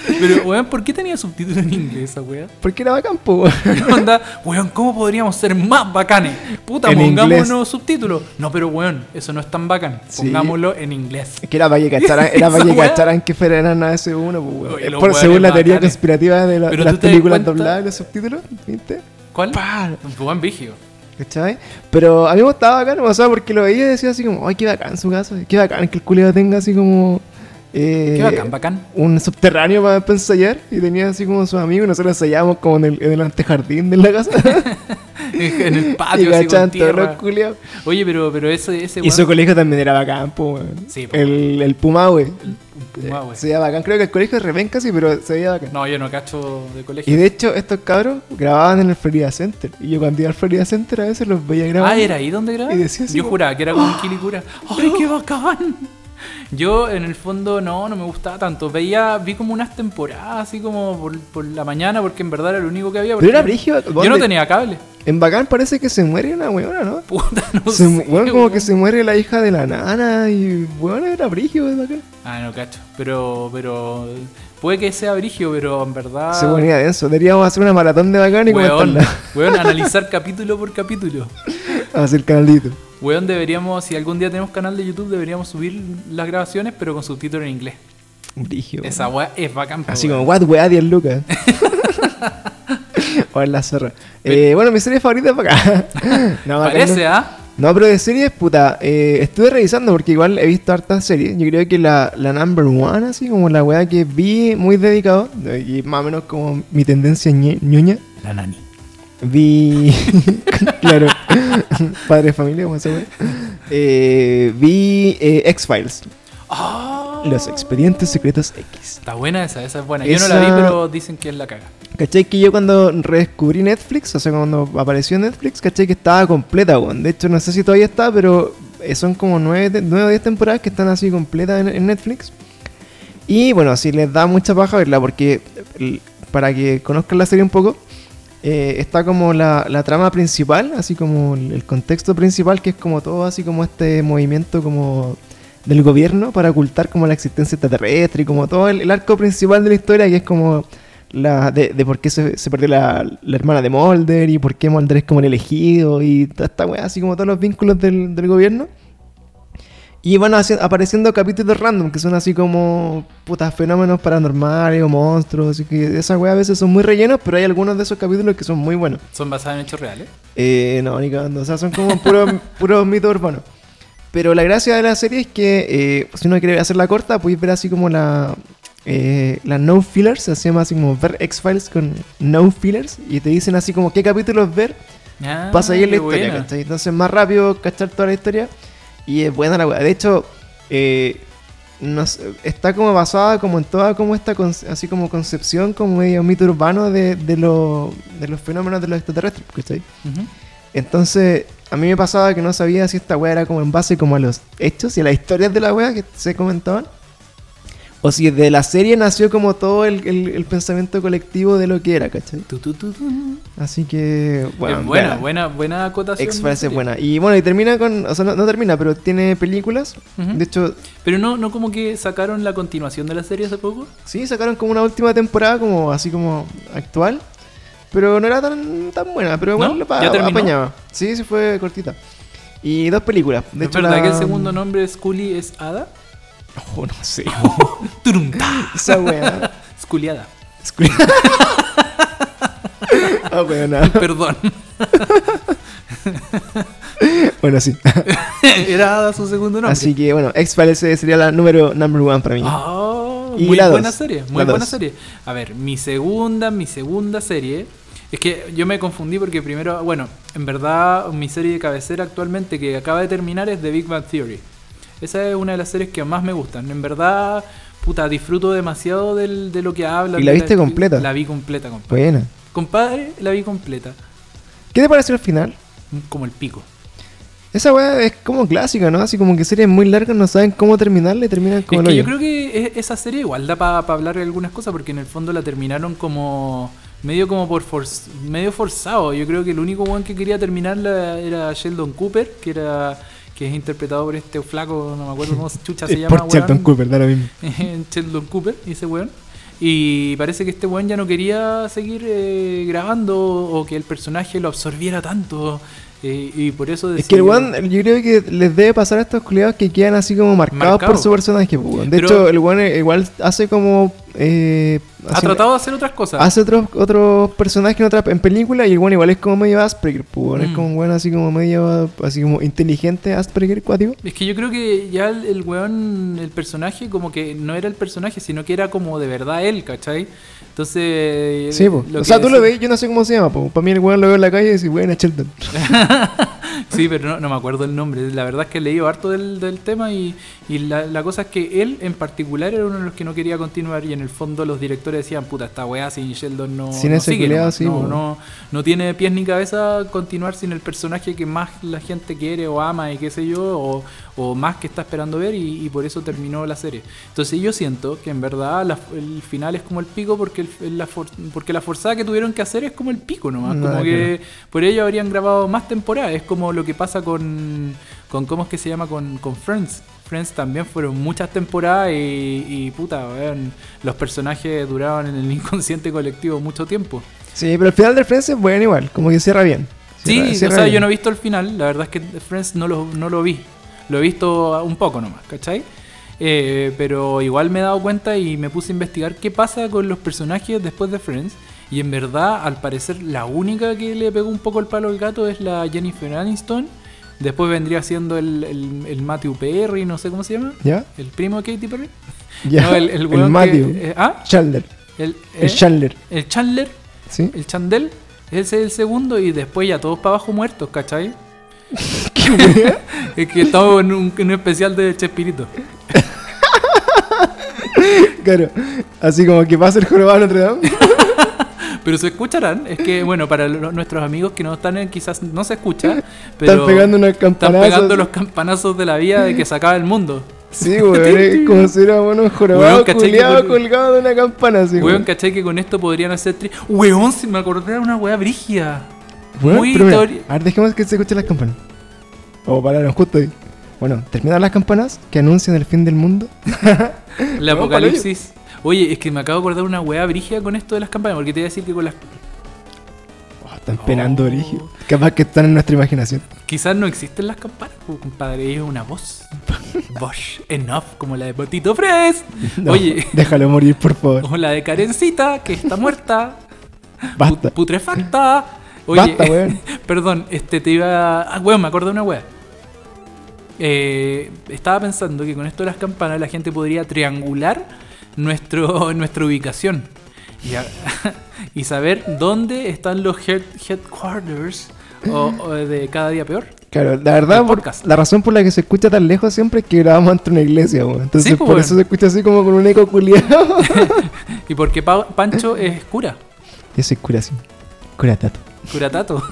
S2: Pero, weón, ¿por qué tenía subtítulos en inglés esa weá?
S1: Porque era bacán, pues. weón.
S2: ¿Qué onda? Weón, ¿cómo podríamos ser más bacanes? Puta,
S1: En
S2: pongámonos
S1: inglés.
S2: subtítulos. No, pero weón, eso no es tan bacán.
S1: Sí.
S2: Pongámoslo en inglés.
S1: Es que era para que cacharan, era para
S2: Esa
S1: que
S2: weá.
S1: cacharan que fuera enana de ese uno, pues, weón.
S2: Oye,
S1: Es
S2: los
S1: por-
S2: weones
S1: según la teoría
S2: bacanes.
S1: conspirativa de la-
S2: Pero
S1: las
S2: tú te das
S1: películas
S2: cuenta-
S1: dobladas y los subtítulos, ¿viste?
S2: ¿Cuál?
S1: Pa.
S2: Buen vigio.
S1: ¿Cachai? Pero a mí me gustaba bacán, o sea, porque lo veía y decía así como, ay, qué bacán su caso, qué bacán que el culero tenga así como... eh,
S2: Qué bacán, bacán.
S1: Un subterráneo para para ensayar y tenía así como sus amigos y nosotros ensayábamos como en el, en el antejardín de la casa.
S2: En el
S1: y
S2: patio, así con
S1: cachaban todos los
S2: tierra.
S1: culiados.
S2: Oye, pero, pero ese, ese
S1: Y su colegio también era bacán, pues, weón.
S2: Sí, po.
S1: El, el Puma, güey.
S2: Puma, güey.
S1: Se veía bacán, creo que el colegio es Reven casi, pero se veía bacán.
S2: No, yo no cacho de
S1: Y
S2: colegio.
S1: de hecho, estos cabros grababan en el Florida Center. Y yo cuando iba al Florida Center a veces los veía grabar.
S2: Ah, ¿era ahí donde grababa?
S1: Y decía así
S2: Yo
S1: como- "Ah,
S2: juraba que era como un Quilicura. ¡Ay, qué bacán! Yo, en el fondo, no, no me gustaba tanto. Veía, vi como unas temporadas, así como por, por la mañana, porque en verdad era lo único que había.
S1: Pero era
S2: porque-
S1: brígido.
S2: Yo no
S1: ¿dónde?
S2: tenía cable.
S1: En Bacán parece que se muere una weona, ¿no?
S2: Puta, no
S1: Se mu-
S2: sé.
S1: weón, como
S2: weón.
S1: que se muere la hija de la nana y bueno, era brígido de bacán.
S2: Ah, no cacho. Pero, pero... Puede que sea brigio, pero en verdad...
S1: Se ponía denso. Deberíamos hacer una maratón de bacán y
S2: Ah. Weón,
S1: comentarla.
S2: weón, analizar capítulo por capítulo.
S1: Hacer canalito.
S2: Weón, deberíamos, si algún día tenemos canal de YouTube, deberíamos subir las grabaciones, pero con subtítulos en inglés.
S1: Brígido. weón.
S2: Esa weá es bacán. po,
S1: Así
S2: weón.
S1: como, what weá, 10 lucas. o en la zorra. Eh, bueno, mi serie favorita es Bacán. no, Bacán no-
S2: Parece, ¿ah?
S1: No, pero de series, puta, eh, estuve revisando porque igual he visto hartas series. Yo creo que la, la number one, así como la weá que vi muy dedicado, y más o menos como mi tendencia ñe- ñoña,
S2: La nani.
S1: vi. claro, padre de familia, como se llama. Eh, vi eh, X-Files, Los Expedientes Secretos X.
S2: Ah, Está buena esa, esa es buena. Yo no
S1: Esa-
S2: la vi, pero dicen que es la caga.
S1: ¿Cachai? Que yo cuando redescubrí Netflix, o sea, cuando apareció Netflix, ¿cachai? Que estaba completa, weón. De hecho, no sé si todavía está, pero eh, son como nueve, te- nueve o diez temporadas que están así completas en, en Netflix. Y bueno, sí les da mucha paja verla, porque el- para que conozcan la serie un poco, eh, está como la, la trama principal, así como el, el contexto principal, que es como todo así como este movimiento como del gobierno para ocultar como la existencia extraterrestre y como todo el, el arco principal de la historia, que es como la, de, de por qué se, se perdió la, la hermana de Mulder y por qué Mulder es como el elegido y toda esta weá, así como todos los vínculos del, del gobierno. Y van haci- apareciendo capítulos random que son así como putas fenómenos paranormales o monstruos. Y que esas weas a veces son muy rellenos, pero hay algunos de esos capítulos que son muy buenos.
S2: Son basadas en hechos reales.
S1: Eh, no, ni cagando. O sea, son como puros puros mitos urbanos. Pero la gracia de la serie es que eh, si uno quiere hacerla corta, podéis ver así como la. eh, la no fillers, se llama así como ver X-Files con no fillers. Y te dicen así como qué capítulos ver
S2: Ah,
S1: pasa ahí en la
S2: qué
S1: historia,
S2: buena.
S1: ¿cachai? Entonces más rápido cachar toda la historia y es buena la weá. De hecho, eh, no sé, está como basada como en toda como esta con- así como concepción como medio mito urbano de, de, lo- de los fenómenos de los extraterrestres, ¿cachai?
S2: Ujú.
S1: Entonces, a mí me pasaba que no sabía si esta weá era como en base como a los hechos y a las historias de la weá que se comentaban. O si de la serie nació como todo el, el- el pensamiento colectivo de lo que era, ¿cachai?
S2: Tu, tu, tu, tu.
S1: Así que, bueno.
S2: es buena,
S1: véala.
S2: buena, buena acotación.
S1: X-Files
S2: de
S1: es
S2: serie.
S1: buena. Y bueno, y termina con. O sea, no, no termina, pero tiene películas.
S2: Ujú.
S1: De hecho,
S2: Pero no, no como que sacaron la continuación de la serie hace poco.
S1: sí, sacaron como una última temporada, como así como actual. Pero no era tan, tan buena, pero bueno,
S2: ¿No?
S1: lo pa-
S2: ¿Ya terminó?
S1: apañaba. Sí, sí, fue cortita. Y dos películas. De
S2: es
S1: hecho,
S2: verdad
S1: la-
S2: que el segundo nombre de Scully es Ada.
S1: Oh, no sé.
S2: Turum, ta.
S1: Esa wea.
S2: Sculliada.
S1: Ah, wea, nada.
S2: Perdón.
S1: Bueno, sí.
S2: Era Ada su segundo nombre.
S1: Así que bueno, X-Files sería la número number one para mí.
S2: Ah,
S1: Y
S2: muy
S1: la
S2: buena
S1: dos.
S2: serie, muy
S1: La
S2: buena
S1: dos.
S2: serie. A ver, mi segunda, mi segunda serie. Es que yo me confundí porque primero, bueno, en verdad mi serie de cabecera actualmente que acaba de terminar es The Big Bang Theory. Esa es una de las series que más me gustan. En verdad, puta, disfruto demasiado del- de lo que habla.
S1: ¿Y la viste completa?
S2: La vi completa, compadre.
S1: Buena.
S2: Compadre, la vi completa.
S1: ¿Qué te pareció el final?
S2: Como el pico.
S1: Esa weá es como clásica, ¿no? Así como que series muy largas no saben cómo terminarla y terminan como
S2: es
S1: lo
S2: que yo creo que e- esa serie igual da para hablar de algunas cosas porque en el fondo la terminaron como medio como por forz- medio forzado. Yo creo que el único one que quería terminarla era Sheldon Cooper, que era que es interpretado por este flaco, no me acuerdo cómo chucha se llama.
S1: por Sheldon
S2: weón.
S1: Cooper, da lo mismo.
S2: Sheldon Cooper, ese weón. Y parece que este weón ya no quería seguir eh, grabando o que el personaje lo absorbiera tanto. eh, y por eso
S1: Es que el
S2: decidieron-
S1: one, yo creo que les debe pasar a estos culiados que quedan así como marcados
S2: Marcado.
S1: por su personaje. pues, weón. De
S2: Pero-
S1: hecho, el one igual hace como. eh,
S2: ha
S1: hace-
S2: tratado de hacer otras cosas.
S1: Hace otros otros personajes en, otra, en película y el one igual es como medio Asperger, pues, weón.
S2: Mm.
S1: Es como un weón así como medio. Así como inteligente Asperger, cuático.
S2: Es que yo creo que ya el, el weón, el personaje, como que no era el personaje, sino que era como de verdad él, ¿cachai? Entonces.
S1: Sí, pues.
S2: lo
S1: O
S2: que
S1: sea, tú lo
S2: decía-
S1: ves, yo no sé cómo se llama, pues. Para mí el weón lo veo en la calle y dice, bueno, Sheldon.
S2: Sí, pero no, no me acuerdo el nombre. La verdad es que he leído harto del, del tema y, y la, la cosa es que él en particular era uno de los que no quería continuar y en el fondo los directores decían, puta, esta weá sin Sheldon no,
S1: Sin
S2: no
S1: ese
S2: sigue,
S1: culiao,
S2: nomás.
S1: sí,
S2: no,
S1: po.
S2: no- no tiene pies ni cabeza continuar sin el personaje que más la gente quiere o ama y qué sé yo, o, o más que está esperando ver y, y por eso terminó la serie. Entonces yo siento que en verdad la- el final es como el pico porque, el- la, for- porque la forzada que tuvieron que hacer es como el pico nomás,
S1: Nada
S2: como
S1: que
S2: que por ello habrían grabado más temporadas. Es como lo que pasa con, con ¿cómo es que se llama? Con, con Friends. Friends también fueron muchas temporadas y, y puta, weón, los personajes duraban en el inconsciente colectivo mucho tiempo.
S1: Sí, pero el final de Friends es bueno igual, como que cierra bien. Cierra-
S2: Sí, o
S1: cierra
S2: sea,
S1: bien.
S2: yo no he visto el final, la verdad es que Friends no lo, no lo vi. Lo he visto un poco nomás, ¿cachai? Eh, pero igual me he dado cuenta y me puse a investigar qué pasa con los personajes después de Friends. Y en verdad, al parecer, la única que le pegó un poco el palo al gato es la Jennifer Aniston. Después vendría siendo el, el, el Matthew Perry, no sé cómo se llama.
S1: ¿Ya?
S2: El primo de Katy Perry.
S1: ¿Ya?
S2: No, el, el weón que-
S1: Matthew.
S2: eh, ah,
S1: Chandler.
S2: el, eh,
S1: El Chandler.
S2: el Chandler,
S1: ¿Sí?
S2: el Chandel. Ese es el segundo y después ya todos para abajo muertos, ¿cachai?
S1: ¿Qué wea?
S2: Es que estamos en un, en un especial de Chespirito.
S1: claro. Así como que va a ser jorobado Notre Dame.
S2: Pero se escucharán. Es que, bueno, para lo- nuestros amigos que no están en, quizás no se escucha. Pero
S1: Están pegando unas
S2: están
S1: campanadas.
S2: pegando los campanazos de la vida de que se acaba el mundo.
S1: Sí, weón. es como si era bueno, jorobado
S2: Weón, ¿cachai que
S1: culiado
S2: por-
S1: colgado de una campana. Así,
S2: Weón,
S1: weón.
S2: caché que con esto podrían hacer tres. Weón, si me acordé de una weá brígida.
S1: Weón,
S2: muy
S1: pero mira,
S2: teoría-
S1: A ver, dejemos que se escuchen las campanas. O pararon justo ahí. Bueno, terminan las campanas que anuncian el fin del mundo.
S2: El
S1: No, para
S2: apocalipsis. Oye, es que me acabo de acordar de una weá brígida con esto de las campanas. Porque te iba a decir que con las.
S1: Oh, están penando
S2: Oh.
S1: origen. Capaz que están en nuestra imaginación.
S2: Quizás no existen las campanas, pues, compadre. Es una voz. Voz en off, como la de Potito Fres.
S1: No,
S2: Oye. Oh,
S1: Déjalo morir, por favor.
S2: O la de Karencita, que está muerta.
S1: Basta.
S2: Put- Putrefacta. Oye,
S1: Basta, weón.
S2: perdón, este te iba. Ah, weón, me acordé de una weá. Eh, estaba pensando que con esto de las campanas la gente podría triangular nuestro, nuestra ubicación y, a- y saber dónde están los head, headquarters o, o de cada día peor.
S1: Claro, la verdad,
S2: El
S1: por-
S2: podcast.
S1: la razón por la que se escucha tan lejos siempre es que grabamos ante una iglesia, weón. Entonces,
S2: Sí, pues,
S1: por
S2: weón.
S1: eso se escucha así como con un eco culiado.
S2: Y porque Pa- Pancho es cura.
S1: Yo soy cura, sí. Cura tato.
S2: Curatato.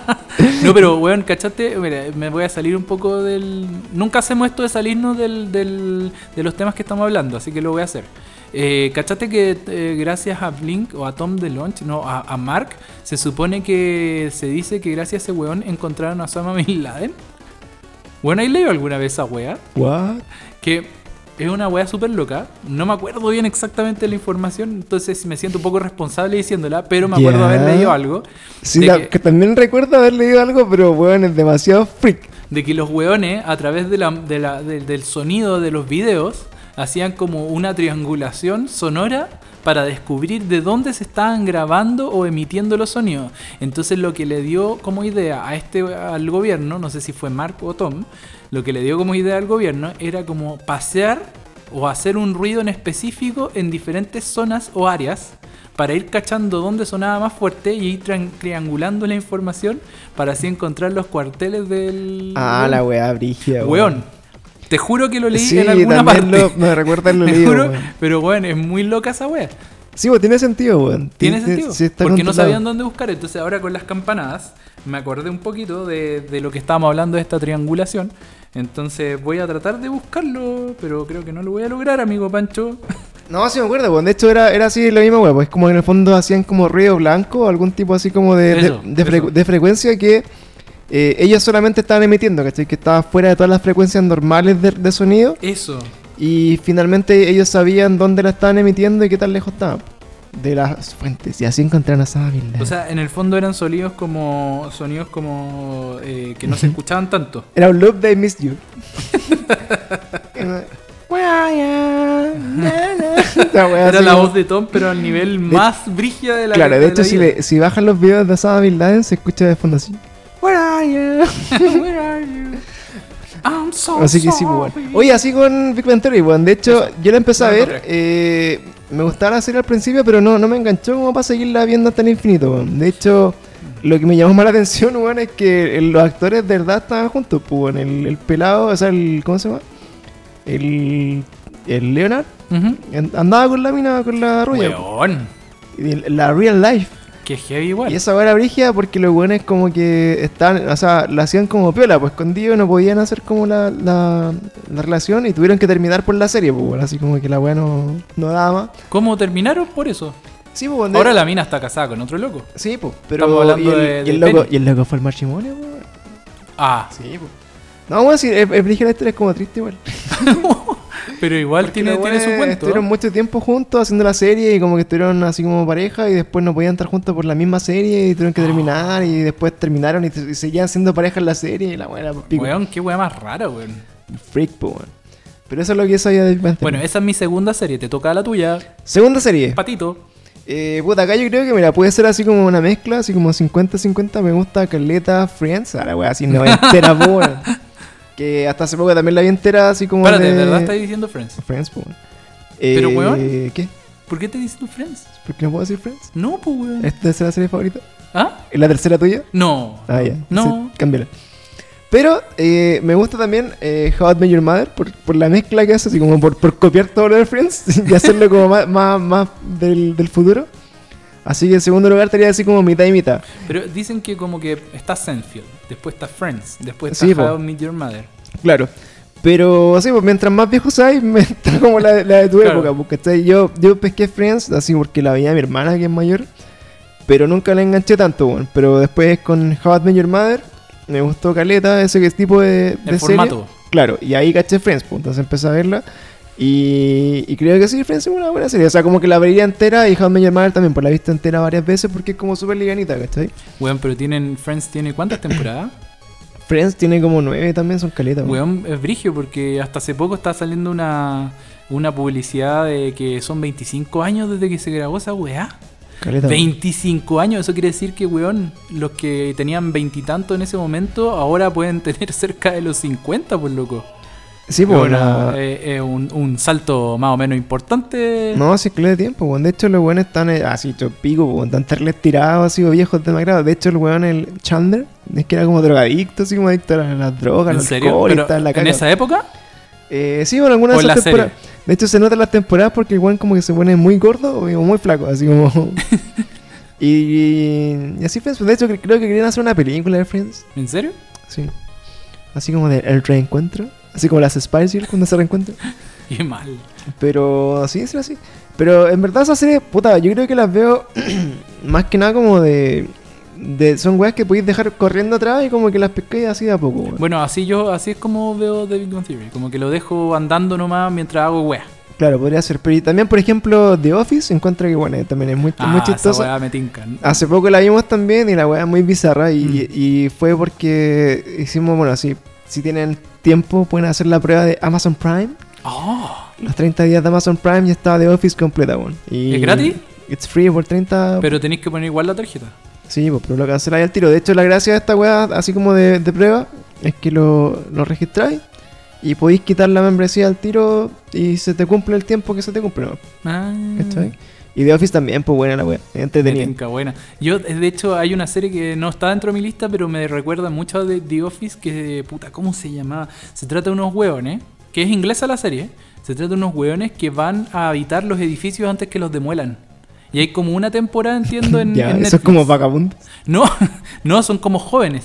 S2: no, pero weón, ¿cachaste? Mira, me voy a salir un poco del. Nunca hacemos esto de salirnos del, del- de los temas que estamos hablando, así que lo voy a hacer. Eh, ¿Cachaste que eh, gracias a Blink o a Tom de Launch, no, a, a Mark, se supone que se dice que gracias a ese weón encontraron a Osama Bin Laden? Bueno, ahí leído alguna vez esa wea
S1: What?
S2: que es una weá súper loca. No me acuerdo bien exactamente la información, entonces me siento un poco responsable diciéndola, pero me acuerdo
S1: Ya.
S2: haber leído algo.
S1: Sí,
S2: de
S1: la-
S2: que-
S1: que también recuerdo haber leído algo, pero weón, es demasiado freak.
S2: de que los weones, a través de la- de la- de- del sonido de los videos, hacían como una triangulación sonora para descubrir de dónde se estaban grabando o emitiendo los sonidos. Entonces lo que le dio como idea a este al gobierno, no sé si fue Mark o Tom, lo que le dio como idea al gobierno era como pasear o hacer un ruido en específico en diferentes zonas o áreas para ir cachando dónde sonaba más fuerte y ir tran- triangulando la información para así encontrar los cuarteles del...
S1: Ah, la weá, brígida,
S2: Weón, te juro que lo leí
S1: Sí,
S2: en alguna parte.
S1: también lo, me recuerda haberlo
S2: Te
S1: leído,
S2: juro,
S1: weón.
S2: pero weón, es muy loca esa wea.
S1: Sí, weón, tiene sentido, weón.
S2: Tiene
S1: Sí,
S2: sentido.
S1: sí, está
S2: porque no
S1: controlado.
S2: sabían dónde buscar. Entonces ahora con las campanadas me acordé un poquito de, de lo que estábamos hablando de esta triangulación. Entonces voy a tratar de buscarlo, pero creo que no lo voy a lograr, amigo Pancho.
S1: No, sí me acuerdo, weón. De hecho, era, era así la misma weá. Pues como en el fondo hacían como ruido blanco, algún tipo así como de, de-
S2: Eso,
S1: de fre-
S2: eso.
S1: de frecuencia que eh, ellos solamente estaban emitiendo, ¿cachai? Que estaba fuera de todas las frecuencias normales de, de sonido.
S2: Eso.
S1: Y finalmente ellos sabían dónde la estaban emitiendo y qué tan lejos estaba de las fuentes. Y así encontraron a Sama Bin Laden.
S2: O sea, en el fondo eran sonidos como. sonidos como. eh, que no se escuchaban tanto.
S1: Era un loop de I Miss You. Esa wea
S2: Era
S1: así
S2: la
S1: como-
S2: voz de Tom, pero al nivel más brígida de la
S1: Claro, de
S2: la
S1: hecho, si,
S2: vida.
S1: le- si bajan los videos de Osama Bin Laden, se escucha de fondo así. Where are you?
S2: Where are you? I'm so
S1: Así que sí, pues,
S2: sorry.
S1: bueno. Oye, así con Big Bang Theory, bueno. De hecho, yo la empecé a
S2: No,
S1: ver.
S2: correcto.
S1: eh, me gustaba la serie al principio, pero no, no me enganchó como para seguirla viendo hasta el infinito, bueno. De hecho, lo que me llamó más la atención, bueno, es que eh, los actores de verdad estaban juntos, pues, bueno. El, el pelado, o sea, el, ¿cómo se llama? El, el Leonard
S2: Ujú.
S1: en- andaba con la mina, con la rubia.
S2: Weón,
S1: y La real life.
S2: que heavy igual.
S1: Y esa hueá era brígida porque los buenos como que estaban, o sea, la hacían como piola, pues escondido no podían hacer como la, la, la relación y tuvieron que terminar por la serie, pues bueno, así como que la weá no, no daba más.
S2: ¿Cómo terminaron por eso?
S1: Sí, pues cuando-
S2: Ahora la mina está casada con otro loco.
S1: Sí, pues, pero
S2: Estamos hablando
S1: y el,
S2: de-
S1: y el
S2: de
S1: loco,
S2: Penny.
S1: y el loco fue el matrimonio, pues. bueno.
S2: Ah,
S1: Sí, pues. No, bueno, sí, es, es brígida la historia, es como triste igual.
S2: pero igual
S1: Porque
S2: tiene,
S1: los
S2: tiene su
S1: buenos
S2: cuento.
S1: Estuvieron
S2: ¿eh?
S1: mucho tiempo juntos haciendo la serie y como que estuvieron así como pareja y después no podían estar juntos por la misma serie y tuvieron que terminar y después terminaron y, y seguían siendo pareja en la serie y la buena pico.
S2: Weón, qué weá más rara, weón.
S1: Este Freak, po, weón. Pero eso es lo que yo sabía de Big Bang Theory. Este
S2: Bueno, esa es mi segunda serie, te toca la tuya.
S1: Segunda serie.
S2: Patito.
S1: Eh, puta, acá yo creo que, mira, puede ser así como una mezcla, así como 50-50, me gusta Carleta, Friends, ahora wea, así noventera, po, weón. Que hasta hace poco también la vi entera, así como
S2: Espérate, ¿de verdad estás diciendo Friends?
S1: Friends, po, weón.
S2: Pero,
S1: Eh,
S2: weón.
S1: ¿Qué?
S2: ¿Por qué te diciendo Friends?
S1: ¿Por qué no puedo decir Friends?
S2: No, pues, weón.
S1: ¿Es tu tercera serie favorita?
S2: ¿Ah?
S1: ¿Es la tercera tuya?
S2: No.
S1: Ah, ya.
S2: No.
S1: Sí, cámbiala. Pero eh, me gusta también eh, How I Met Your Mother por, por la mezcla que hace, así como por, por copiar todo lo de Friends y hacerlo como más, más, más del, del futuro. Así que en segundo lugar estaría así como mitad y mitad.
S2: Pero dicen que como que está Seinfeld, después está Friends, después está
S1: Sí, po.
S2: How I Meet Your Mother.
S1: Claro. Pero sí, pues mientras más viejo seas, me está como la, la de tu
S2: Claro.
S1: época. Porque ¿cachai? yo, yo pesqué Friends así porque la veía mi hermana que es mayor. Pero nunca la enganché tanto, weón. Pero después con How I Met Your Mother me gustó Caleta, ese que- tipo de,
S2: El
S1: de serie.
S2: formato.
S1: Claro, y ahí caché Friends, pues, entonces empecé a verla. Y, y creo que sí, Friends es una buena serie. O sea, como que la vería entera y How I Met Your Mother también, por la vista entera varias veces porque es como súper livianita, ¿cachai?
S2: Weón, pero tienen Friends tiene cuántas temporadas?
S1: Friends tiene como nueve también, son caletas, weón.
S2: Weón, es brigio porque hasta hace poco está saliendo una, una publicidad de que son 25 años desde que se grabó esa weá.
S1: Caleta, weón.
S2: 25 años, eso quiere decir que, weón, los que tenían veintitantos en ese momento ahora pueden tener cerca de los 50, por loco.
S1: Sí, pues,
S2: Weón,
S1: la-
S2: eh, eh, un, un salto más o menos importante.
S1: No, sí, claro de tiempo, weón. De hecho, los weones están eh, así, yo pico, weón. Están terribles tirados, así, o viejos demacrados. De hecho, el weón, el Chandler, es que era como drogadicto, así como adicto a las- las drogas,
S2: ¿En
S1: al
S2: serio?
S1: alcohol, y
S2: Pero
S1: estaba en la
S2: ¿En
S1: caca.
S2: esa época?
S1: Eh, sí, bueno, alguna
S2: ¿O
S1: de
S2: en
S1: esas
S2: la
S1: temporadas. De hecho, se nota en las temporadas porque el weón como que se pone muy gordo o muy flaco, así como. y, y así Friends. pues, De hecho, cre- creo que querían hacer una película de Friends.
S2: ¿En serio?
S1: Sí. Así como de el reencuentro. Así como las Spice Girls cuando se reencuentran.
S2: Qué mal.
S1: Pero sí, sí, así. Pero en verdad esas series, puta, yo creo que las veo más que nada como de... de- son weas que podéis dejar corriendo atrás y como que las pescáis así de a poco. weón.
S2: Bueno, así yo, así es como veo The Big Bang Theory. Como que lo dejo andando nomás mientras hago weá.
S1: Claro, podría ser. Pero y también, por ejemplo, The Office, encuentro que bueno, también es muy,
S2: Ah,
S1: muy
S2: esa
S1: chistosa.
S2: weá me tinca.
S1: Hace poco la vimos también y la wea es muy bizarra y,
S2: Mm.
S1: y fue porque hicimos, bueno, si, si tienen tiempo pueden hacer la prueba de Amazon Prime.
S2: Ah,
S1: Los 30 días de Amazon Prime ya está The Office completa, weón. Y
S2: ¿Es gratis?
S1: It's free por 30
S2: pero tenéis que poner igual la tarjeta.
S1: Sí, pues, pero lo canceláis al tiro. De hecho, la gracia de esta weá, así como de, de prueba, es que lo, lo registráis y podéis quitar la membresía al tiro y se te cumple el tiempo que se te cumple. ¿no?
S2: Ah,
S1: ¿Cachai? Y The Office también, pues buena la weá.
S2: me
S1: Entretenida.
S2: tinca, buena. Yo, eh, de hecho, hay una serie que no está dentro de mi lista, pero me recuerda mucho de The Office, que, puta, ¿cómo se llamaba? Se trata de unos hueones, que es inglesa la serie, se trata de unos hueones que van a habitar los edificios antes que los demuelan. Y hay como una temporada, entiendo, en,
S1: Ya,
S2: en
S1: eso es
S2: Netflix.
S1: como vagabundos.
S2: No, no, son como jóvenes.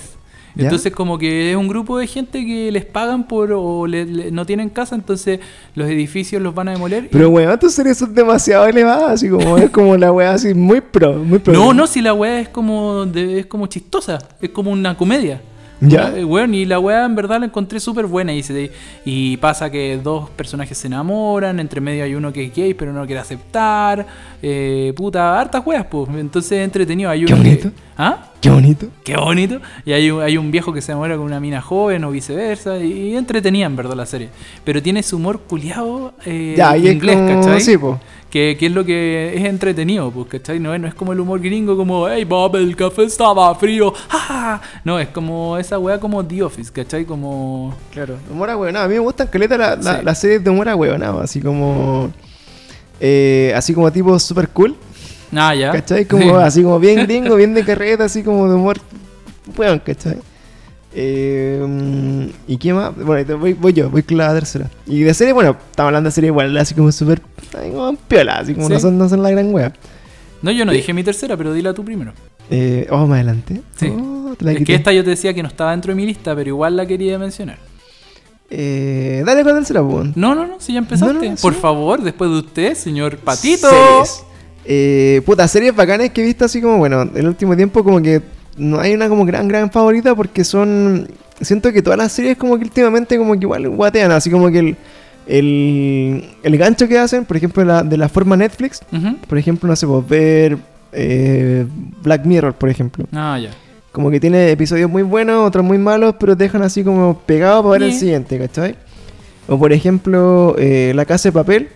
S1: ¿Ya?
S2: Entonces como que es un grupo de gente que les pagan por o le- le- no tienen casa, entonces los edificios los van a demoler. y-
S1: Pero weón, tus series son demasiado elevadas, así como es como la weá así muy pro, muy pro.
S2: no, no, si la weá es como de- es como chistosa, es como una comedia.
S1: Ya.
S2: Una- eh, weón, y la weá en verdad la encontré súper buena. Y, se- y pasa que dos personajes se enamoran, entre medio hay uno que es gay pero no lo quiere aceptar. eh, puta, hartas weas, pues. Entonces es entretenido. Hay
S1: Qué
S2: uno que-
S1: bonito.
S2: ¿Ah?
S1: Qué bonito.
S2: Qué bonito. Y hay un, hay un viejo que se enamora con una mina joven o viceversa. Y, y entretenía en verdad la serie. Pero tiene su humor culiado eh,
S1: ya, y es
S2: inglés,
S1: como...
S2: ¿cachai?
S1: Sí, pues.
S2: que, que es lo que es entretenido, pues, ¿cachai? No es, no es como el humor gringo como, hey Bob, el café estaba frío. ¡Ja, ja". No, es como esa weá como The Office, ¿cachai? Como...
S1: Claro, humor a huevonao. A mí me gustan caleta la- la-
S2: Sí.
S1: las series de humor a huevonao, así como. eh, así como tipo super cool,
S2: Ah, ya.
S1: ¿cachai? Como, así como bien gringo, bien de carreta, así como de humor. Weón, ¿cachai? Eh, ¿Y qué más? Bueno, te- voy, voy yo, voy con la tercera. Y de serie, bueno, estamos hablando de serie igual, así como super. Así como piola, así como
S2: Sí.
S1: no, son, no son la gran wea.
S2: No, yo no dije mi tercera, pero dila tú primero.
S1: Eh, oh, más adelante.
S2: Sí.
S1: Oh, te la
S2: Es que
S1: quité.
S2: esta yo te decía que no estaba dentro de mi lista, pero igual la quería mencionar.
S1: Eh, dale con la tercera, weón.
S2: No, no, no, si ya empezaste.
S1: No, no,
S2: Por
S1: sí.
S2: favor, después de usted, señor Patito.
S1: Series. Eh, puta, series bacanes que he visto así como, bueno, el último tiempo como que no hay una como gran, gran favorita porque son... Siento que todas las series como que últimamente como que igual guatean, así como que el, el, el gancho que hacen, por ejemplo, la- de la forma Netflix,
S2: Ujú.
S1: por ejemplo, no sé, pues ver eh, Black Mirror, por ejemplo.
S2: Ah, ya.
S1: Como que tiene episodios muy buenos, otros muy malos, pero te dejan así como pegado para ver el
S2: Sí.
S1: siguiente, ¿cachai? O por ejemplo, eh, La Casa de Papel,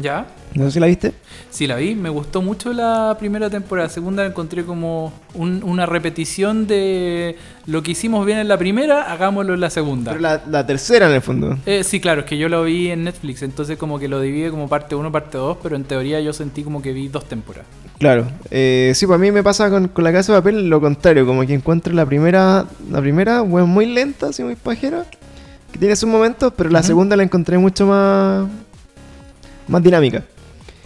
S2: ¿Ya?
S1: No sé si la viste.
S2: Sí, la vi. Me gustó mucho la primera temporada. La segunda la encontré como un- una repetición de lo que hicimos bien en la primera, hagámoslo en la segunda.
S1: Pero la, la tercera en el fondo.
S2: Eh, sí, claro, es que yo lo vi en Netflix, entonces como que lo divide como parte 1, parte 2, pero en teoría yo sentí como que vi dos temporadas.
S1: Claro. Eh, sí, para mí me pasa con, con la casa de papel lo contrario. Como que encuentro la primera, la primera bueno, muy lenta, así muy pajera. Que tiene sus momentos, pero la
S2: Ujú.
S1: segunda la encontré mucho más. más dinámica.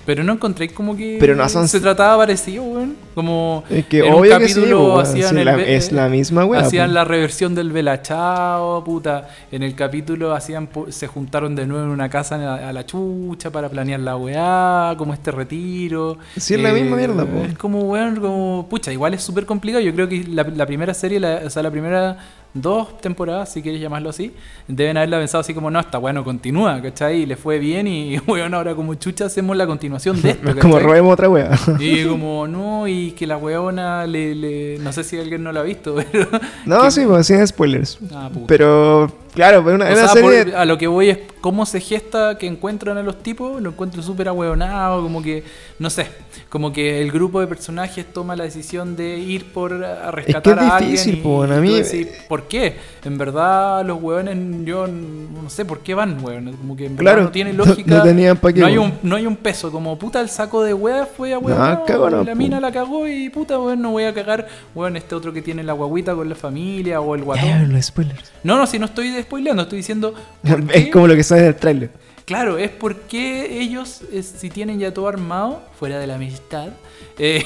S2: Pero no encontré como que
S1: Pero no son-
S2: se trataba parecido, weón. Como
S1: Es que
S2: en un
S1: obvio que sí,
S2: capítulo
S1: po, weón.
S2: hacían
S1: Sí,
S2: el
S1: la-
S2: ve- eh,
S1: es la misma pues. weá.
S2: hacían
S1: po.
S2: la reversión del Belachao, puta. En el capítulo hacían pu- se juntaron de nuevo en una casa en la- a la chucha para planear la weá, como este retiro. Eh,
S1: Sí, es la misma mierda, po.
S2: Es como, weón, como, pucha, igual es súper complicado. Yo creo que la, la primera serie, la- o sea, la primera dos temporadas, si quieres llamarlo así, deben haberla pensado así como, no, está bueno, continúa, ¿cachai? Y le fue bien y, weón, ahora como chucha hacemos la continuación de esto.
S1: Es como
S2: ¿cachai?
S1: robemos otra weá.
S2: Y como, no, y que la weona le, le- No sé si alguien no la ha visto, pero.
S1: No,
S2: que-
S1: sí, pues sin spoilers.
S2: Ah, puta.
S1: Pero, claro, pero una,
S2: O
S1: una
S2: sea, por-
S1: serie.
S2: a lo que voy es cómo se gesta que encuentran a los tipos, lo encuentro súper ahueonado, como que, no sé, como que el grupo de personajes toma la decisión de ir por a rescatar
S1: es
S2: a
S1: difícil,
S2: alguien.
S1: po,
S2: y,
S1: bueno, a
S2: y tú
S1: mí-
S2: decís, ¿Por qué? En verdad, los hueones, yo no sé por qué van, hueón. Como que en verdad
S1: Claro,
S2: no tiene
S1: no-
S2: lógica.
S1: no tenían pa' qué,
S2: no hay,
S1: weón.
S2: un, no hay un peso, como puta, el saco de hueá fue a
S1: No, cagó, no,
S2: la
S1: po.
S2: mina la cagó y puta, hueón, no voy a cagar, hueón, este otro que tiene la guaguita con la familia o el guatón.
S1: Ya, los spoilers.
S2: No, no, si no estoy spoileando, estoy diciendo. ¿por qué?
S1: Es como lo que sabes del tráiler.
S2: Claro, es porque ellos, es- si tienen ya todo armado, fuera de la amistad, eh,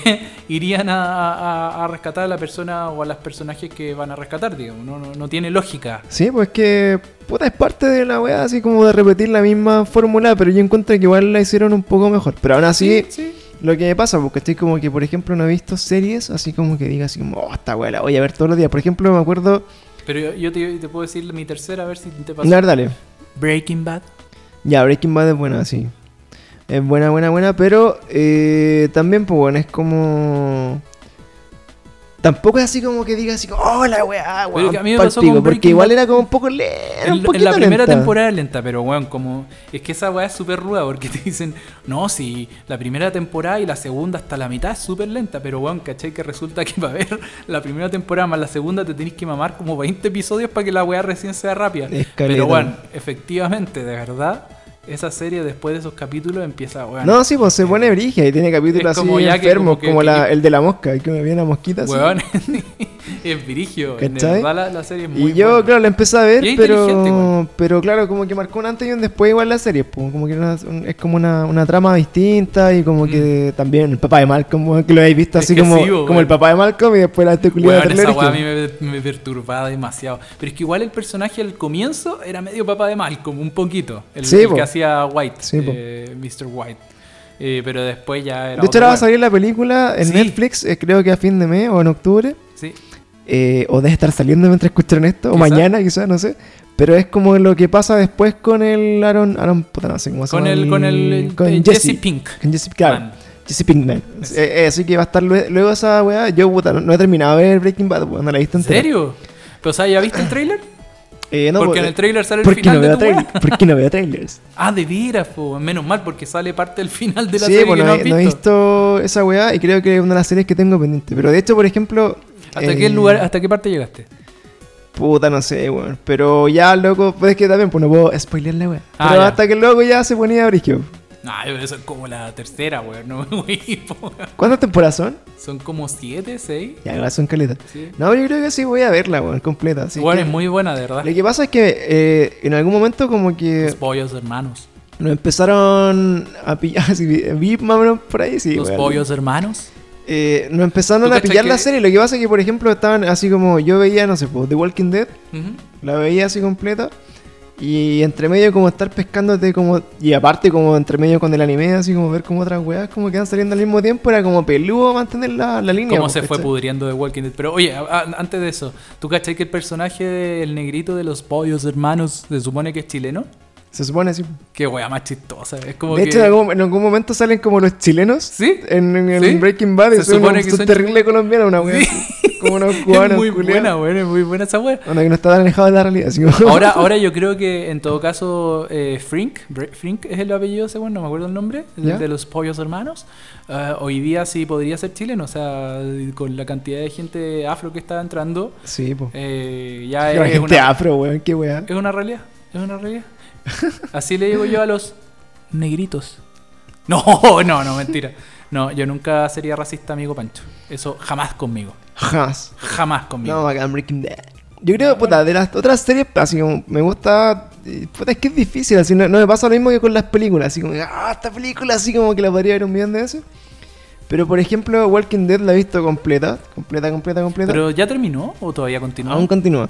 S2: irían a, a- a rescatar a la persona o a las personajes que van a rescatar, digamos. No, no, no tiene lógica.
S1: Sí, pues que puta, es parte de la weá, así como de repetir la misma fórmula, pero yo encuentro que igual la hicieron un poco mejor. Pero aún así,
S2: sí.
S1: lo que me pasa, porque estoy como que, por ejemplo, no he visto series así como que diga así como, oh, esta weá la voy a ver todos los días. Por ejemplo, me acuerdo.
S2: Pero yo, yo te, te puedo decir mi tercera, a ver si te pasa.
S1: La verdad, dale.
S2: Breaking Bad.
S1: Ya, Breaking Bad es buena, sí. Es buena, buena, buena, pero eh, también, pues bueno, es como. Tampoco es así como que diga así, como, oh, la weá,
S2: Pero
S1: weón,
S2: que a mí me
S1: pa'l
S2: pasó
S1: pico",
S2: con
S1: porque
S2: Breaking
S1: igual
S2: Bad.
S1: era como un poco lenta.
S2: En, en la primera temporada es lenta, pero bueno, como. Es que esa weá es súper ruda porque te dicen, no, si la primera temporada y la segunda hasta la mitad es súper lenta, pero bueno, ¿cachai? Que resulta que para ver la primera temporada más la segunda te tenés que mamar como 20 episodios para que la weá recién sea rápida.
S1: Es caleta.
S2: pero bueno, efectivamente, de verdad, esa serie después de esos capítulos empieza, weón.
S1: No, sí, pues se pone brigia y tiene capítulos
S2: Es
S1: así
S2: como ya que
S1: enfermos,
S2: como
S1: como,
S2: que-
S1: la- el de la mosca, que me viene la mosquita. así.
S2: weón, es virigio. En
S1: ¿Cachai?
S2: verdad la, la serie es muy
S1: y yo,
S2: buena.
S1: claro, la empecé a
S2: Y
S1: ver,
S2: es inteligente,
S1: pero,
S2: igual.
S1: pero claro, como que marcó un antes y un después igual la serie, pues, como que era una- es como una, una trama distinta y como que también el papá de Malcolm, weón, que lo habéis visto
S2: Mm. Es
S1: así
S2: que
S1: como,
S2: sí, pues, weón.
S1: como el papá de Malcolm y después la este culiado
S2: Weón, esa weá a mí me, me perturbaba demasiado. Pero es que igual el personaje al comienzo era medio papá de Malcolm, un poquito. El,
S1: Sí,
S2: el
S1: po.
S2: que hacía White,
S1: Sí, po.
S2: eh, Mr. White. Eh, pero después ya era.
S1: De hecho,
S2: otro
S1: ahora va a
S2: weón.
S1: salir la película en
S2: Sí.
S1: Netflix, eh, creo que a fin de mes o en octubre.
S2: Sí.
S1: eh, o debe estar saliendo mientras escucharon esto, o
S2: Quizá.
S1: mañana quizás, no sé. Pero es como lo que pasa después con el Aaron, Aaron puta, no sé cómo se
S2: Con
S1: llama
S2: el, con el
S1: con
S2: eh,
S1: Jesse,
S2: Jesse Pink.
S1: Con Jesse, claro,
S2: Man.
S1: Jesse Pinkman.
S2: Eso.
S1: Eh, eh, así que va a estar lue- luego esa weá. Yo puta, no, no he terminado de ver Breaking Bad, weón, no la he visto
S2: ¿En
S1: entera.
S2: serio? Pero, o sea, ¿ya viste el trailer?
S1: Eh, no,
S2: porque
S1: po-
S2: en el trailer sale el
S1: ¿por qué
S2: final
S1: no
S2: de
S1: veo
S2: tu
S1: trailers?
S2: weá.
S1: ¿Por qué no veo trailers?
S2: Ah, de veras, po. menos mal, porque sale parte del final de la
S1: sí,
S2: serie
S1: bueno,
S2: que no
S1: no,
S2: has
S1: he- no he
S2: visto.
S1: visto esa weá y creo que es una de las series que tengo pendiente. Pero de hecho, por ejemplo.
S2: ¿Hasta,
S1: eh,
S2: qué lugar, ¿Hasta qué parte llegaste?
S1: Puta, no sé, weón. Pero ya, loco, pues es que también, pues no puedo spoilear la weá.
S2: Ah,
S1: pero
S2: ya.
S1: hasta que el loco ya se ponía brisco.
S2: Nah, pero eso es como la tercera, weón. No me voy a ir, po.
S1: ¿Cuántas temporadas son?
S2: Son como siete, seis.
S1: Ya, igual son caletas.
S2: Sí.
S1: No, yo creo que sí voy a verla, weón, completa. así
S2: Bueno,
S1: que-
S2: es muy buena, de verdad.
S1: Lo que pasa es que eh, en algún momento como que...
S2: Los pollos hermanos.
S1: Nos empezaron a pillar. sí, vi- vi más o menos por ahí, sí.
S2: los
S1: weón.
S2: pollos hermanos.
S1: Eh, nos
S2: ¿Tú
S1: empezaron a
S2: cachai
S1: pillar la
S2: que-
S1: serie. Lo que pasa es que, por ejemplo, estaban así como. Yo veía, no sé, pues, The Walking Dead. La veía así completa. Y entre medio, como estar pescándote, como. Y aparte, como entre medio con el anime, así como ver como otras weas como quedan saliendo al mismo tiempo. Era como peludo mantener la, la línea.
S2: Cómo
S1: pues,
S2: se fue
S1: ¿cachai?
S2: pudriendo de Walking Dead. Pero oye, a- a- antes de eso, ¿tú cachai que el personaje del negrito de los pollos hermanos se supone que es chileno?
S1: Se supone así.
S2: Qué wea más chistosa. Es como
S1: de
S2: que...
S1: hecho, en algún, en algún momento salen como los chilenos.
S2: ¿Sí?
S1: En, en el
S2: ¿Sí?
S1: Breaking Bad.
S2: Se
S1: y son
S2: supone
S1: un-
S2: que
S1: son
S2: son
S1: terrible colombiano, una wea. así. como unos
S2: Es
S1: cubanos.
S2: muy
S1: culiao.
S2: buena, weón, es muy buena esa weá.
S1: Onda que no está tan alejado de la realidad. así como-
S2: Ahora, ahora yo creo que en todo caso, eh, Frink, Bre- Frink es el apellido, según no me acuerdo el nombre, el
S1: ¿Ya?
S2: de los pollos hermanos. Ah, hoy día sí podría ser chileno, o sea, con la cantidad de gente afro que está entrando,
S1: Sí, po.
S2: eh, ya
S1: la
S2: es
S1: gente
S2: una,
S1: afro, weón, qué weá.
S2: es una realidad. Es una realidad. Así le digo yo a los negritos. No, no, no, mentira. No, yo nunca sería racista, amigo Pancho. Eso jamás conmigo.
S1: Jamás.
S2: Jamás conmigo.
S1: No, bacán, Breaking Bad. Yo creo, puta, de las otras series, así como me gusta. eh, Puta, es que es difícil, así no, no me pasa lo mismo que con las películas, así como, ah, esta película, así como que la podría ver un millón de veces. Pero por ejemplo, Walking Dead la he visto completa, completa, completa, completa.
S2: Pero ya terminó o todavía continúa.
S1: Aún continúa.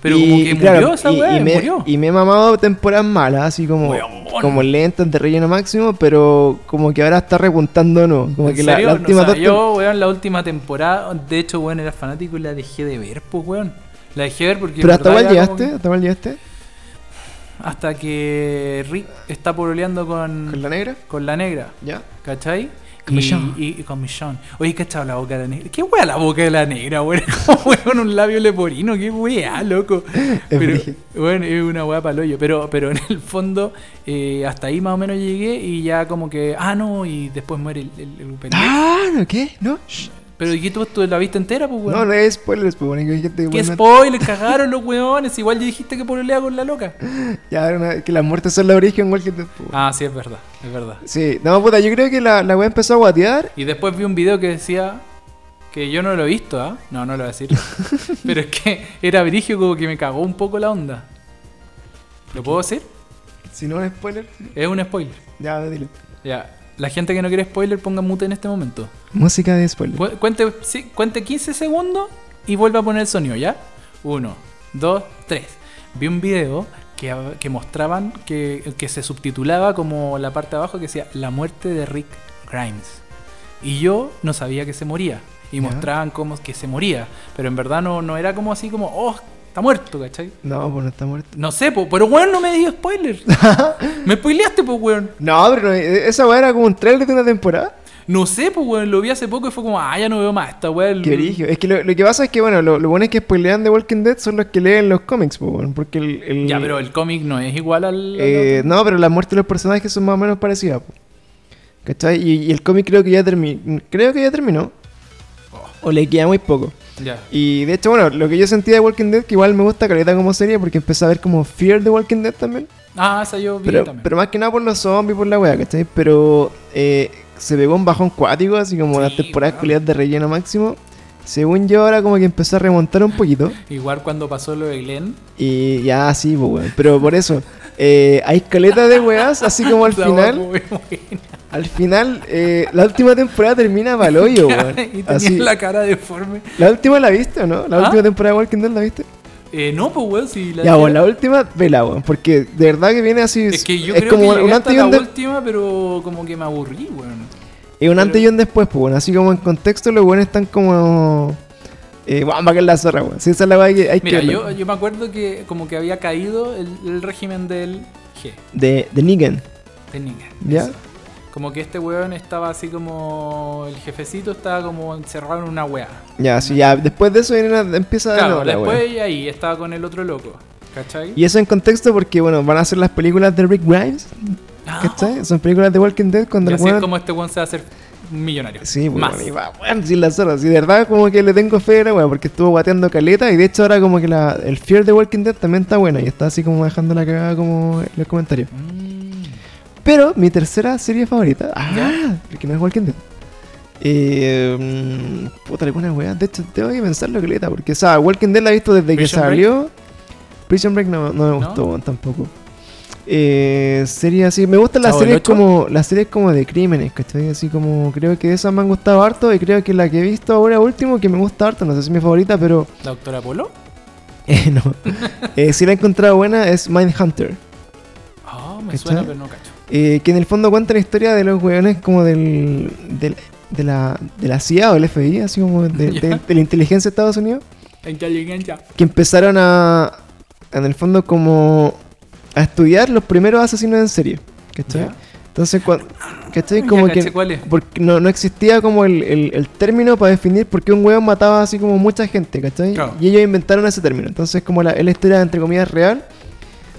S2: Pero
S1: Y,
S2: como que
S1: claro,
S2: murió esa
S1: y-
S2: weá,
S1: y me,
S2: murió.
S1: y me he mamado temporadas malas, así como,
S2: Weón.
S1: como lentas de relleno máximo, pero como que ahora está repuntando, ¿no? Como
S2: ¿En
S1: que la,
S2: serio?
S1: la
S2: No,
S1: última
S2: o sea,
S1: dos tem-
S2: yo, weón, la última temporada, de hecho, weón, era fanático y la dejé de ver, pues, weón. La dejé de ver porque... en
S1: Pero hasta
S2: verdad
S1: cuál
S2: era como
S1: llegaste,
S2: que-
S1: hasta cuál llegaste,
S2: Hasta que Rick está pololeando con,
S1: con la negra,
S2: con la negra.
S1: ya.
S2: ¿Cachai?
S1: Con
S2: Y-
S1: Michonne.
S2: Y, y con Michonne. Oye, ¿cachai la boca de la negra? ¿Qué wea la boca de la negra, weón? Como weón, un labio leporino, qué wea, loco. Pero,
S1: brígido.
S2: bueno, es una wea para hoyo. Pero, pero en el fondo, eh, hasta ahí más o menos llegué y ya como que, ah, no, y después muere el, el, el pendejo.
S1: Ah, ¿no qué? ¿No? Shh.
S2: Pero ¿y tú, tú la viste entera, pues, weón?
S1: No, no es spoilers, pues bueno, que hay gente que
S2: ¿Qué
S1: bueno,
S2: spoiler? Cagaron los weones. Igual ya dijiste que pololea con la loca.
S1: ya, una- que las muertes son la origen, igual que... te- pues, bueno.
S2: Ah, sí, es verdad, es verdad.
S1: Sí, no, puta, yo creo que la, la weá empezó a guatear.
S2: Y después vi un video que decía que yo no lo he visto, ¿ah? No, no lo voy a decir. Pero es que era Virigio como que me cagó un poco la onda. ¿Lo puedo decir?
S1: Si no es spoiler,
S2: Es un spoiler.
S1: ya, dile.
S2: Ya. La gente que no quiere spoiler ponga mute en este momento.
S1: Música de spoiler.
S2: Cu- Cuente, sí, cuente 15 segundos y vuelva a poner el sonido, ¿ya? Uno, dos, tres. Vi un video que, que mostraban que, que se subtitulaba como la parte de abajo que decía La muerte de Rick Grimes. Y yo no sabía que se moría. Y
S1: Ya.
S2: mostraban como que se moría. Pero en verdad no, no era como así como, oh, está muerto, ¿cachai?
S1: No, pues no está muerto.
S2: No sé, po, pero weón no me dio spoiler. me spoileaste, pues weón.
S1: No, pero no, eh, esa weá era como un trailer de una temporada.
S2: No sé, pues weón, lo vi hace poco y fue como, ah, ya no veo más esta weón.
S1: Qué origen. Es que lo, lo que pasa es que, bueno, lo, lo bueno es que spoilean de Walking Dead son los que leen los cómics, pues, bueno, porque el... el-
S2: Ya, pero el cómic no es igual al. al
S1: Eh,
S2: otro.
S1: no, pero las muertes de los personajes son más o menos parecidas. po. ¿Cachai? Y, y el cómic creo que ya terminó. Creo que ya terminó.
S2: Oh.
S1: O le queda muy poco.
S2: Ya.
S1: Y de hecho, bueno, lo que yo sentía de Walking Dead, que igual me gusta caleta como serie, porque empecé a ver como Fear de Walking Dead también.
S2: Ah, esa yo vi
S1: Pero,
S2: también.
S1: pero más que nada por los zombies, por la wea, ¿cachai? Pero eh, se pegó un bajón cuático, así como las
S2: Sí,
S1: temporadas
S2: weón.
S1: culiadas de relleno máximo. Según yo, ahora como que empezó a remontar un poquito.
S2: Igual cuando pasó lo de Glenn.
S1: Y ya, sí, po, weón. Pero por eso, eh, hay caleta de weas, así como al
S2: la
S1: final.
S2: hueá fue buena.
S1: Al final, eh, la última temporada termina para el hoyo, weón.
S2: y tenía
S1: Así- La...
S2: la cara deforme.
S1: última la viste, ¿o no? La
S2: ¿Ah?
S1: última temporada de Walking Dead la viste.
S2: Eh, no, pues weón, si la.
S1: ya, bueno, la última, vela, weón. Porque de verdad que viene así.
S2: Es que yo
S1: es
S2: creo
S1: como
S2: que
S1: un
S2: llegué
S1: antes
S2: hasta
S1: y
S2: la
S1: un, de-
S2: última, pero como que me aburrí, weón.
S1: es un antes y un después, pues, weón. Así como en contexto, los weones están como. Eh, weón, va a caer la zorra, weón. Sí, esa es la weá que hay
S2: Mira,
S1: que.
S2: yo,
S1: verlo.
S2: yo me acuerdo que como que había caído el, el régimen del G,
S1: De, de Negan,
S2: de Negan,
S1: ¿ya?
S2: eso. Como que este weón estaba así como. El jefecito estaba como encerrado en una weá.
S1: Ya, sí, ya. Después de eso viene la- empieza de
S2: Claro,
S1: nuevo Ah, la weá.
S2: después ahí estaba con el otro loco. ¿Cachai?
S1: Y eso en contexto porque, bueno, van a hacer las películas de Rick Grimes,
S2: Ah,
S1: ¿cachai? Son películas de Walking Dead cuando
S2: y
S1: el
S2: así
S1: weón-
S2: es como este weón se va a hacer millonario.
S1: Sí, pues,
S2: Más.
S1: bueno, y va, bueno, sin las horas. Y de verdad, como que le tengo fe a la wea, porque estuvo guateando caleta. Y de hecho, ahora como que la, el Fear de Walking Dead también está buena. Y está así como dejando la cagada como en los comentarios.
S2: Mm.
S1: Pero mi tercera serie favorita. Ah,
S2: Ya.
S1: porque no es Walking Dead. Eh, mm, puta, alguna wea. De hecho, tengo que pensarlo caleta. Porque, o sea, Walking Dead la he visto desde que
S2: Prison Break.
S1: salió. Prison Break no, no me
S2: ¿No?
S1: gustó weón, tampoco. Eh, serie así, me gustan las
S2: Chavo del
S1: series
S2: Ocho.
S1: como las series como de crímenes, ¿cachai? Así como creo que esas me han gustado harto y creo que la que he visto ahora último que me gusta harto, no sé si es mi favorita, pero
S2: ¿La doctora Polo?
S1: eh, no. Eh, si la he encontrado buena es Mindhunter,
S2: Ah, me
S1: ¿Cachai?
S2: suena, pero no cacho.
S1: eh, que en el fondo cuenta la historia de los weones como del, del- de, la, de la CIA o el FBI, así como de,
S2: Ya.
S1: de- de la inteligencia de Estados Unidos,
S2: Encha, engancha.
S1: que empezaron a, en el fondo como a estudiar los primeros asesinos en serie, ¿cachai?
S2: ¿Ya?
S1: Entonces, cuando, ¿cachai? Como
S2: Ya
S1: que
S2: caché cuál es.
S1: porque no, no existía como el, el- el término para definir por qué un hueón mataba así como mucha gente, ¿cachai?
S2: Claro.
S1: Y ellos inventaron ese término. Entonces, como la, es la historia, entre comillas, real,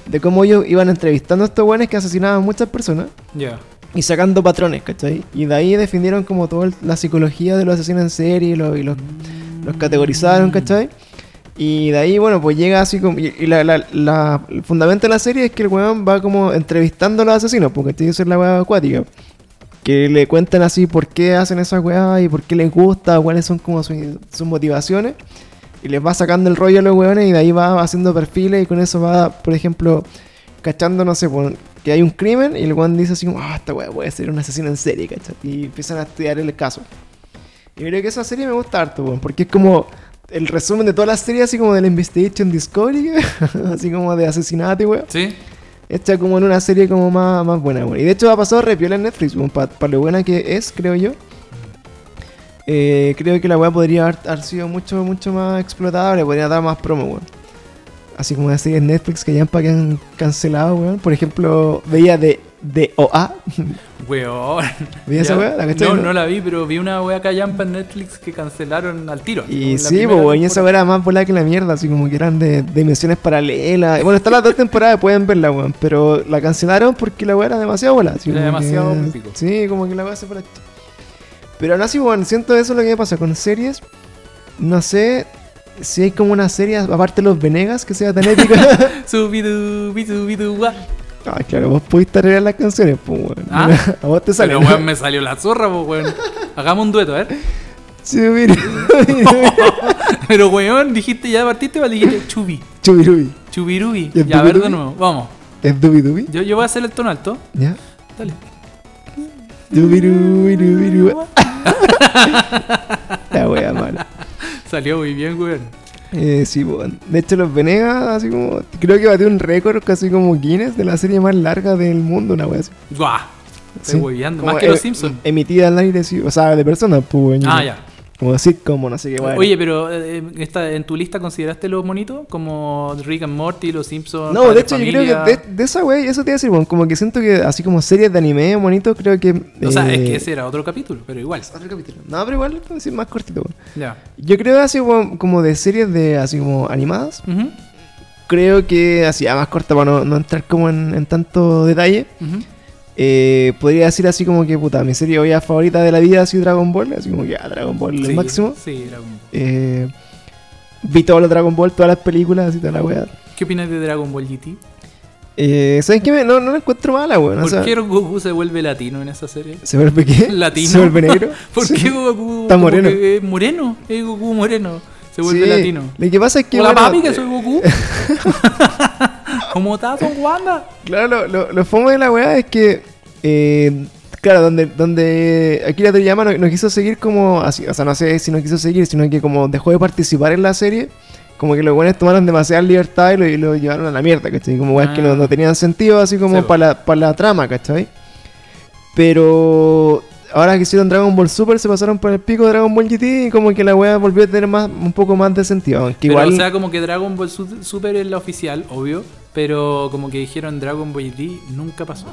S1: de cómo ellos iban entrevistando a estos hueones que asesinaban muchas personas
S2: Ya.
S1: y sacando patrones, ¿cachai? Y de ahí definieron como toda el- la psicología de los asesinos en serie y los, y los, los categorizaron, ¿cachai? Y de ahí, bueno, pues llega así como... Y, y la, la- la- el fundamento de la serie es que el weón va como entrevistando a los asesinos, pues, porque tiene que ser la weá acuática. Que le cuentan así por qué hacen esas weas y por qué les gusta, cuáles son como su- sus motivaciones. Y les va sacando el rollo a los weones y de ahí va haciendo perfiles y con eso va, por ejemplo, cachando, no sé, por- que hay un crimen y el weón dice así como, ah, esta weá puede ser un asesino en serie, ¿cachai? Y empiezan a estudiar el caso. Y creo que esa serie me gusta harto, weón, porque es como el resumen de todas las series, así como del Investigation Discovery, así como de asesinato, y weón.
S2: ¿Sí?
S1: Esta como en una serie como más, más buena, weón. Y de hecho ha pasado repiola en Netflix, para lo buena que es, creo yo. Eh, creo que la weá podría haber, haber sido mucho, mucho más explotada, le podría dar más promo, weón. Así como las series Netflix que ya han, pa- que han cancelado, weón. Por ejemplo, veía de, de OA.
S2: Weón.
S1: ¿Vi esa
S2: Ya.
S1: weá? ¿La cachai,
S2: No,
S1: no?
S2: no la vi, pero vi una wea callampa en Netflix que cancelaron al tiro.
S1: Y
S2: Como la
S1: sí,
S2: primera
S1: pues, weón, y esa
S2: temporada.
S1: weá era más volada que la mierda, así como que eran de, de dimensiones paralelas. Bueno, están las dos temporadas, pueden verla, weón. Pero la cancelaron porque la weá era demasiado volada. así
S2: Era
S1: como que-
S2: demasiado pico.
S1: Sí, como que la weá se fue a la ch- Pero aún así, weón, siento eso es lo que me pasa con series. No sé si hay como una serie, aparte de los Venegas, que sea tan épica.
S2: Subidu, bisubidu, guá.
S1: Ay, claro, vos podés tararear las canciones, pues, weón.
S2: Ah.
S1: A vos te sale.
S2: Pero weón, me salió la zorra, po, weón. Hagamos un dueto, a ver.
S1: Chubiru-
S2: Pero weón, dijiste ya partiste, vale, dijiste chubi,
S1: Chubirubi.
S2: chubirubi.
S1: ¿Y el
S2: Ya, a ver de
S1: dubidubi?
S2: nuevo, vamos.
S1: ¿Es dubidubi?
S2: Yo, yo voy a hacer el tono alto.
S1: ¿Ya?
S2: Dale.
S1: Dubirubirubiru. La wea mala.
S2: Salió muy bien, weón.
S1: Eh, sí, weón. De hecho, los Venegas, así como. Creo que batió un récord casi como Guinness de la serie más larga del mundo, una wea así.
S2: Guau. Estoy
S1: Sí.
S2: hueveando,
S1: Como,
S2: Más que
S1: eh,
S2: los Simpsons.
S1: Emitida al aire, sí. O sea, de personas, pues, weón.
S2: Ah, ya.
S1: Como sitcom, o no sé qué, weón.
S2: Oye, pero eh, eh, esta, ¿en tu lista consideraste los monitos? Como Rick and Morty, los Simpsons.
S1: No, de hecho, yo creo que de, de esa wey, eso te iba a decir, weón. Como que siento que, así como series de anime bonito, creo que.
S2: O sea, es que
S1: eh,
S2: ese era otro capítulo, pero igual.
S1: Otro capítulo. No, pero igual, es más cortito, weón.
S2: Ya.
S1: Yo creo así, weón, como de series de, así como animadas.
S2: Ujú,
S1: Creo que, así, a más corta para no, no entrar como en, en tanto detalle.
S2: ujú.
S1: Eh, podría decir así como que, puta, mi serie obvia favorita de la vida ha sido Dragon Ball, así como que, ah, Dragon Ball, el
S2: Sí,
S1: máximo.
S2: Sí, era un-
S1: Eh, vi todos los Dragon Ball, todas las películas, así toda la weá.
S2: ¿Qué opinas de Dragon Ball GT?
S1: Eh, ¿Sabes qué? Me- No, no la encuentro mala, weón. O
S2: ¿Por
S1: sea,
S2: qué Goku se vuelve latino en esa serie?
S1: ¿Se vuelve qué?
S2: Latino.
S1: ¿Se vuelve negro?
S2: ¿Por
S1: Sí.
S2: qué Goku
S1: Está
S2: como
S1: moreno.
S2: que es moreno? Es Goku moreno. Se vuelve
S1: Sí,
S2: latino.
S1: Lo que pasa es que.
S2: Hola
S1: bueno,
S2: papi, que
S1: eh,
S2: soy Goku. ¿Cómo estás, Son Wanda?
S1: Claro, lo, lo, lo fomo de la weá es que. eh, claro, donde, donde Akira Toriyama no, no quiso seguir como. Así, o sea, no sé si no quiso seguir, sino que como dejó de participar en la serie. Como que los buenos tomaron demasiada libertad y lo, y lo llevaron a la mierda, ¿cachai? Como weas que no,
S2: Ah.
S1: no tenían sentido, así como
S2: Sí, po.
S1: para la, para la trama, ¿cachai? Pero. Ahora que hicieron Dragon Ball Super, se pasaron por el pico de Dragon Ball GT y como que la weá volvió a tener más, un poco más de sentido. Aunque
S2: Pero,
S1: igual.
S2: o sea, como que Dragon Ball Su- Super es la oficial, obvio. Pero como que dijeron Dragon Ball D nunca pasó.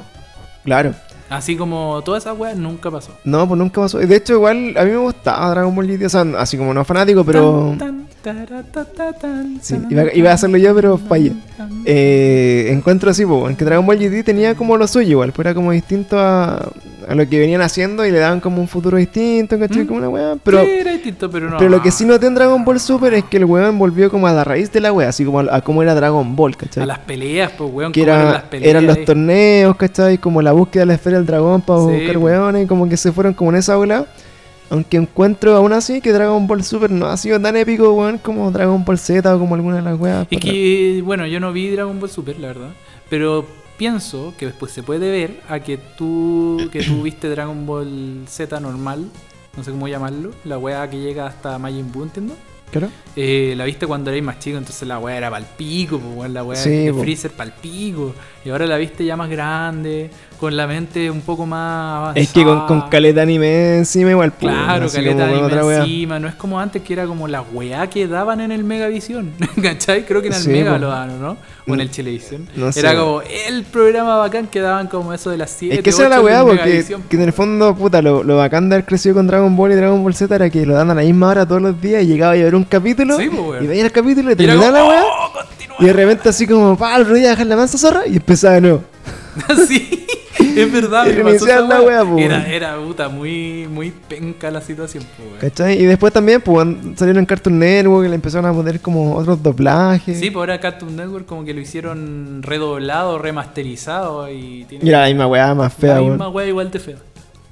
S1: claro.
S2: Así como toda esa weas nunca pasó.
S1: No, pues nunca pasó. De hecho, igual a mí me gustaba Dragon Ball GT, o sea, así como no fanático, pero.
S2: Tan, tan, taratatatan,
S1: Sí,
S2: tan,
S1: iba, iba a hacerlo yo, pero
S2: tan,
S1: fallé.
S2: tan.
S1: Eh, encuentro así, pues, en que Dragon Ball GT tenía como lo suyo, igual, pues era como distinto a, a lo que venían haciendo y le daban como un futuro distinto, ¿cachai?
S2: Mm.
S1: Como una weá, pero.
S2: Sí, era distinto, pero no.
S1: Pero lo que sí noté en Dragon Ball Super es que el weón volvió como a la raíz de la wea, así como a, a cómo era Dragon Ball, ¿cachai?
S2: A las peleas, pues, weón.
S1: que
S2: ¿cómo
S1: era-
S2: eran las peleas.
S1: eran los
S2: eh?
S1: torneos, ¿cachai? Como la búsqueda de la esfera del dragón para
S2: Sí,
S1: buscar
S2: po.
S1: hueones, como que se fueron como en esa ola. Aunque encuentro aún así que Dragon Ball Super no ha sido tan épico, weón, como Dragon Ball Z o como alguna de las weas.
S2: Es
S1: por la-
S2: que, bueno, yo no vi Dragon Ball Super, la verdad. Pero pienso que después se puede ver a que tú, que tú viste Dragon Ball Z normal, no sé cómo llamarlo, la wea que llega hasta Majin Buu, entiendo.
S1: Claro.
S2: Eh, la viste cuando erais más chico, entonces la wea era palpico, pues, weón, la wea
S1: Sí,
S2: de
S1: po.
S2: Freezer palpico. Y ahora la viste ya más grande, con la mente un poco más.
S1: Es que con, con
S2: avanzada.
S1: caleta anime encima igual. pues,
S2: Claro,
S1: así
S2: caleta
S1: como con
S2: de anime
S1: otra wea.
S2: encima. No es como antes que era como la weá que daban en el Megavisión. ¿Cachai? Creo que en el
S1: Sí,
S2: Mega
S1: po.
S2: lo daban, ¿o ¿no? O en el Chilevisión.
S1: No sé,
S2: era
S1: po.
S2: como el programa bacán que daban como eso de las 7.
S1: Es que esa era la weá, porque que en el fondo, puta, lo, lo bacán de haber crecido con Dragon Ball y Dragon Ball Z era que lo daban a la misma hora todos los días y llegaba a ver un capítulo
S2: Sí, po, weón.
S1: y veía el capítulo y
S2: Y era
S1: terminaba
S2: como,
S1: la weá
S2: ¡Oh, continúa!
S1: y de repente así como, pa, el otro día dejar la mansa zorra y empezaba de nuevo.
S2: sí, es verdad. me
S1: Era
S2: pasó
S1: iniciar
S2: esa
S1: la
S2: weá.
S1: weá, pues. po,
S2: Era,
S1: weón.
S2: era puta, muy, muy penca la situación, pues, po, weón.
S1: ¿Cachai? Y después también, pues, salieron en Cartoon Network y le empezaron a poner como otros doblajes.
S2: Sí, por ahora Cartoon Network como que lo hicieron redoblado, remasterizado y tiene
S1: Y era la misma weá más
S2: pues. la
S1: fea,
S2: misma
S1: weón.
S2: weá igual de fea.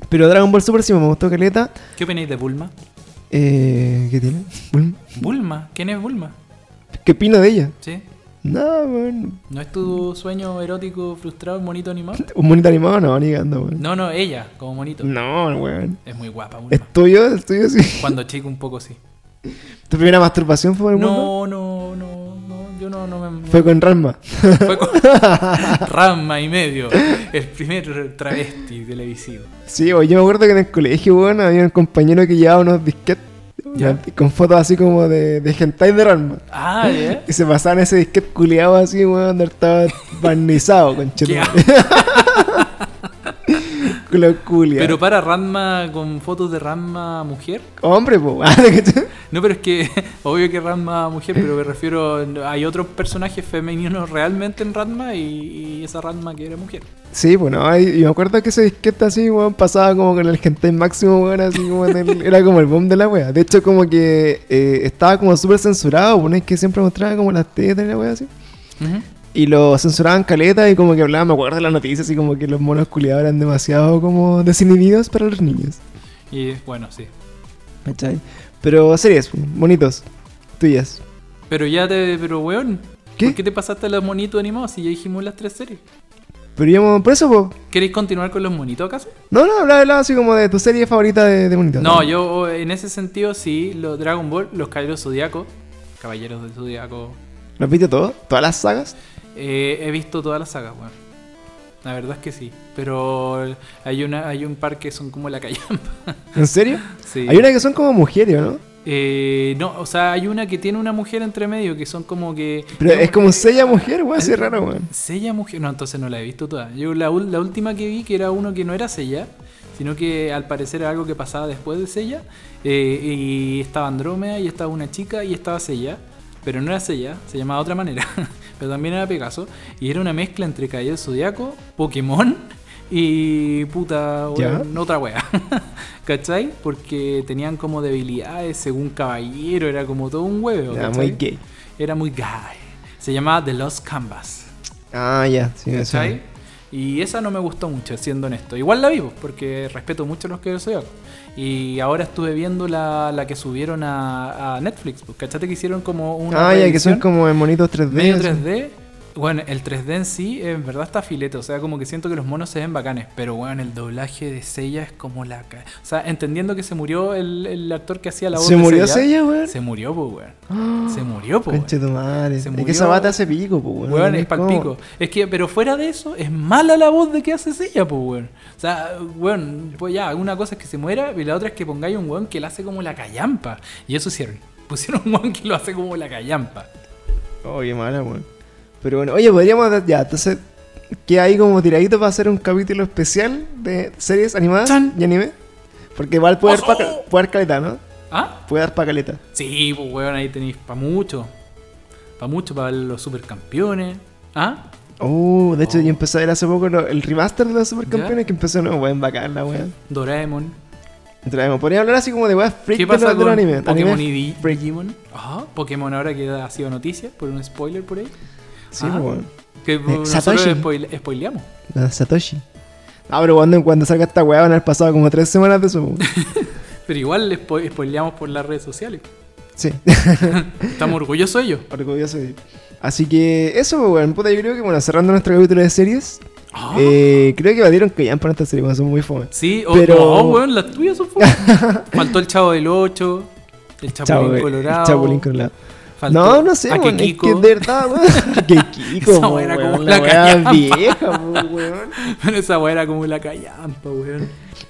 S1: Pero Dragon Ball Super sí me gustó caleta.
S2: ¿Qué opináis de Bulma?
S1: Eh, ¿Qué tiene?
S2: Bulma, ¿quién es Bulma?
S1: ¿Qué opino de ella?
S2: ¿Sí?
S1: No, weón.
S2: ¿No es tu sueño erótico frustrado el monito animado?
S1: Un monito animado no, ni cagando, weón.
S2: No, no, ella, como monito.
S1: No, weón.
S2: Es muy guapa, Bulma.
S1: ¿Es tuyo? ¿Es tuyo? Sí.
S2: Cuando chico un poco sí.
S1: ¿Tu primera masturbación fue por el mundo?
S2: No, no, no, no, yo no, no me...
S1: Fue con Ranma.
S2: Fue con Rama y medio, el primer travesti televisivo.
S1: Sí, weón. Yo me acuerdo que en el colegio, weón, había un compañero que llevaba unos disquetes
S2: Ya.
S1: weón, con fotos así como de, de hentai de Ranma.
S2: Ah, ¿eh?
S1: Y se pasaban ese disquete culiado así, weón, donde estaba barnizado, con
S2: Qué
S1: Culo culiao.
S2: Pero para Ranma con fotos de Ranma mujer.
S1: Hombre, po, weón.
S2: No, pero es que obvio que Ranma mujer, pero me refiero hay otros personajes femeninos realmente en Ranma y, y esa Ranma que era mujer.
S1: Sí, pues no, y, y me acuerdo que ese disquete así, weón, pasaba como con el hentai máximo, weón, así como en el- era como el boom de la wea. De hecho, como que eh, estaba como súper censurado, pues no es que siempre mostraba como las tetas y la wea así. Y lo censuraban caleta y como que hablaban, me acuerdo de las noticias, así como que los monos culiados eran demasiado como desinhibidos para los niños.
S2: Y bueno, sí.
S1: ¿Cachai? Pero series, pues, bonitos, tuyas.
S2: Pero ya te pero weón,
S1: ¿Qué?
S2: ¿por qué te pasaste a los monitos animados si ya dijimos las tres series?
S1: Pero yo, por eso, pues,
S2: ¿Queréis continuar con los monitos acaso?
S1: no, no, hablaba, hablaba así como de tu serie favorita de, de bonitos.
S2: No, yo eh, en ese sentido sí, los Dragon Ball, los Caballeros Zodiaco, Caballeros del Zodiaco,
S1: ¿Los viste todo? ¿Todas las sagas?
S2: eh, he visto todas las sagas, weón. La verdad es que sí, pero hay una hay un par que son como la callampa.
S1: ¿En serio?
S2: Sí.
S1: Hay una que son como mujeres, ¿o ¿no?
S2: Eh, no, o sea, hay una que tiene una mujer entre medio que son como que
S1: Pero es como sella mujer, weón, así es raro, weón.
S2: Sella mujer, no, entonces no la he visto toda. Yo la, ul- la última que vi que era uno que no era Sella, sino que al parecer era algo que pasaba después de Sella. eh, y estaba Andrómeda y estaba una chica y estaba Sella, pero no era Sella, se llamaba de otra manera, pero también era Pegaso. Y era una mezcla entre Caballero Zodiaco, Pokémon y puta,
S1: Ya.
S2: weón, otra wea. ¿Cachai? Porque tenían como debilidades según caballero, era como todo un huevo.
S1: Ya, muy gay.
S2: Era muy gay. Se llamaba The Lost Canvas.
S1: Ah, ya, sí, me suena.
S2: ¿Cachai? Y esa no me gustó mucho, siendo honesto. Igual la vivo, porque respeto mucho a los que soy Y ahora estuve viendo la, la que subieron a, a Netflix. pues, ¿Cachate que hicieron como una.
S1: Ah, ya, que son
S2: reedición
S1: como en monitos 3D.
S2: medio
S1: así.
S2: 3D. Bueno, el 3D en sí, en verdad está filete. O sea, como que siento que los monos se ven bacanes. Pero bueno, el doblaje de Sella es como la. ca- O sea, entendiendo que se murió el, el actor que hacía la voz
S1: ¿Se
S2: de
S1: murió
S2: Seiya,
S1: sella, weón?
S2: Se murió, pues, weón.
S1: Ah,
S2: Se murió, pues.
S1: Conche tu madre.
S2: Se
S1: Es
S2: murió.
S1: que esa bata hace pico, pues, weón.
S2: Weón, es
S1: como-
S2: palpico. Es que, pero fuera de eso, es mala la voz de que hace Sella, pues, weón. O sea, weón, pues ya, una cosa es que se muera y la otra es que pongáis un weón que la hace como la callampa. Y eso hicieron. Pusieron un weón que lo hace como la callampa.
S1: Oh, qué mala, weón. Pero bueno, oye, podríamos. dar- Ya, entonces. Que hay como tiradito para hacer un capítulo especial de series animadas
S2: Chan.
S1: y anime. Porque igual puede dar
S2: Ojo.
S1: pa- puede dar caleta, ¿no?
S2: ¿Ah?
S1: Puede dar pa' caleta.
S2: Sí, pues, weón, ahí tenéis pa' mucho. Pa' mucho, para los supercampeones. ¿Ah?
S1: Oh, de hecho,
S2: Oh.
S1: yo empecé a ver hace poco lo- el remaster de los supercampeones que empezó, no, weón, bacán la weón.
S2: Doraemon.
S1: Traemos. Podría hablar así como de weas freak
S2: ¿Qué
S1: de
S2: pasa
S1: los- de
S2: con
S1: los anime.
S2: Pokémon E
S1: anime
S2: y Di-
S1: freak.
S2: Digimon? Ajá, Pokémon ahora que ha sido noticia por un spoiler por ahí.
S1: Sí,
S2: Ah.
S1: weón.
S2: Que nosotros
S1: Eh, Satoshi.
S2: spoile- spoileamos.
S1: La Satoshi. Ah, pero cuando, cuando salga esta weá van a haber pasado como tres semanas de eso. weón.
S2: Pero igual le spo- spoileamos por las redes sociales.
S1: sí,
S2: Estamos orgullosos ellos.
S1: orgulloso. de- eh. Así que eso, pues, weón. Puta, yo creo que, bueno, cerrando nuestro capítulo de series,
S2: Ah.
S1: eh, creo que batieron que ya para esta serie, weón, son muy fome.
S2: Sí, o
S1: pero-
S2: no, oh, weón, las tuyas son fu- Faltó el Chavo del 8, el Chapulín
S1: weón.
S2: Colorado.
S1: Chapulín Colorado.
S2: Faltó
S1: no, no sé,
S2: a que
S1: weón, es
S2: Kiko-
S1: que de verdad, weón. que Kiko,
S2: Esa
S1: po,
S2: weá era
S1: weón,
S2: como
S1: la
S2: la
S1: weá
S2: callampa.
S1: vieja, po, weón.
S2: Pero esa weá era como la callampa, weón.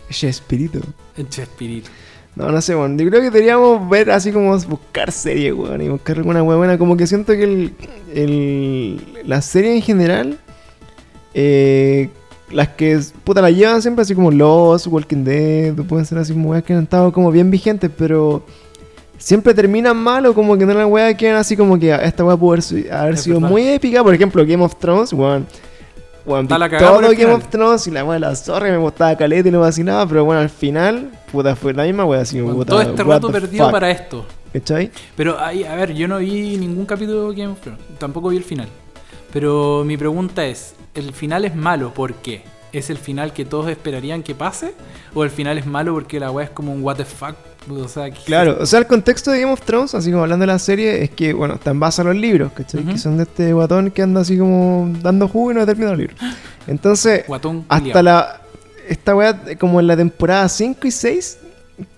S1: Chespirito.
S2: El Chespirito.
S1: No, no sé, weón. Yo creo que deberíamos ver así como buscar series, weón. Y buscar alguna weá buena. Como que siento que el, el- la serie en general, eh, las que puta la llevan siempre así como Lost, Walking Dead, pueden ser así como weas que han estado como bien vigentes, pero siempre terminan mal o como que no la weá quedan así como que "Ah, esta weá pudo haber, si- haber
S2: Es
S1: sido
S2: verdad.
S1: muy épica. Por ejemplo, Game of Thrones, weón. Weón,
S2: Está
S1: vi
S2: la cagada
S1: todo
S2: por el
S1: Game
S2: final.
S1: of Thrones y la weá de la zorra y me gustaba caleta y no vacinaba, pero bueno, al final, puta, fue la misma weá así,
S2: Con
S1: puta,
S2: todo este
S1: what
S2: rato
S1: the
S2: perdido
S1: fuck,
S2: para esto.
S1: ¿Cachai?
S2: Pero ahí, a ver, yo no vi ningún capítulo de Game of Thrones. Tampoco vi el final. Pero mi pregunta es: ¿el final es malo? ¿Por qué? ¿Es el final que todos esperarían que pase? ¿O el final es malo porque la weá es como un what the fuck? O sea, que-
S1: Claro, o sea, el contexto de Game of Thrones, así como hablando de la serie, es que, bueno, está en base a los libros, ¿cachai?
S2: Ujú.
S1: Que son de este guatón que anda así como dando jugo y no termina los libros. Entonces,
S2: Guatón.
S1: hasta
S2: culiao.
S1: la. Esta weá, eh, como en la temporada 5 y 6,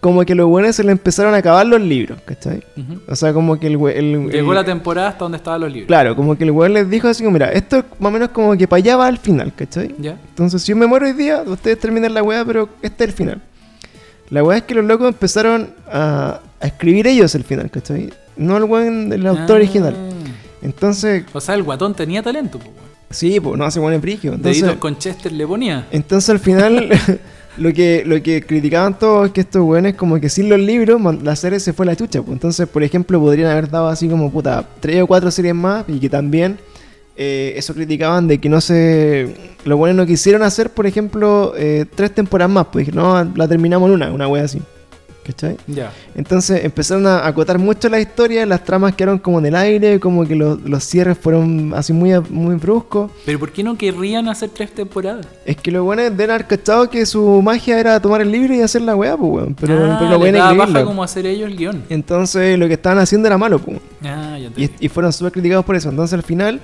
S1: como que los buenos se le empezaron a acabar los libros, ¿cachai?
S2: Ujú.
S1: O sea, como que el. we- el
S2: Llegó
S1: el-
S2: la temporada hasta donde estaban los libros.
S1: Claro, como que el weón les dijo así como, mira, esto más o menos como que para allá va al final, ¿cachai?
S2: ¿Ya?
S1: Entonces, si yo me muero hoy día, ustedes terminan la weá, pero este es el final. La weá es que los locos empezaron a, a escribir ellos el final, ¿cachai? No el weón, el autor
S2: Ah.
S1: original. Entonces,
S2: O sea, el guatón tenía talento, po, weón.
S1: sí, pues no hace buen embrigio. Entonces,
S2: Deditos con Chester le ponía.
S1: entonces al final, lo que lo que criticaban todos es que estos weones, como que sin los libros, man- la serie se fue a la chucha. pues. Entonces, por ejemplo, podrían haber dado así como puta tres o cuatro series más y que también. eh, eso criticaban de que no se. Los buenos no quisieron hacer, por ejemplo, eh, tres temporadas más. Pues dijeron, no, la terminamos en una, una wea así. ¿Cachai?
S2: Ya.
S1: Entonces empezaron a acotar mucho la historia, las tramas quedaron como en el aire, como que los, los cierres fueron así muy, muy bruscos.
S2: Pero ¿por qué no querrían hacer tres temporadas?
S1: Es que los buenos deben haber cachado que su magia era tomar el libro y hacer la weá, pues weón. Pero,
S2: Ah,
S1: pero los
S2: les
S1: buenos
S2: daba
S1: escribirlo.
S2: paja como hacer ellos el guión.
S1: Entonces lo que estaban haciendo era malo, pues.
S2: Ah, ya entendí.
S1: Y, y fueron súper criticados por eso. Entonces al final,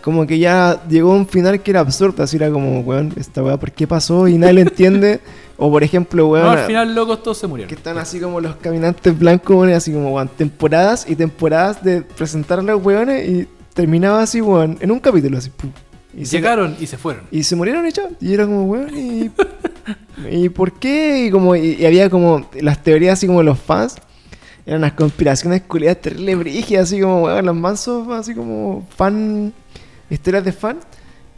S1: como que ya llegó un final que era absurdo. Así era como, weón, esta weá, ¿por qué pasó? Y nadie lo entiende. O por ejemplo, weón,
S2: No, al final locos todos se murieron.
S1: que están así como los caminantes blancos, weón, así como, weón, temporadas y temporadas de presentar a los weones y terminaba así, weón, en un capítulo, así, pum. Y se-
S2: Llegaron y se fueron.
S1: y se murieron y chao. Y era como, weón, ¿y, ¿y por qué? Y, como, y, y había como las teorías así como los fans. Eran las conspiraciones culiadas terrible brígidas, así como, weón, los mansos, así como fan, historias de fan.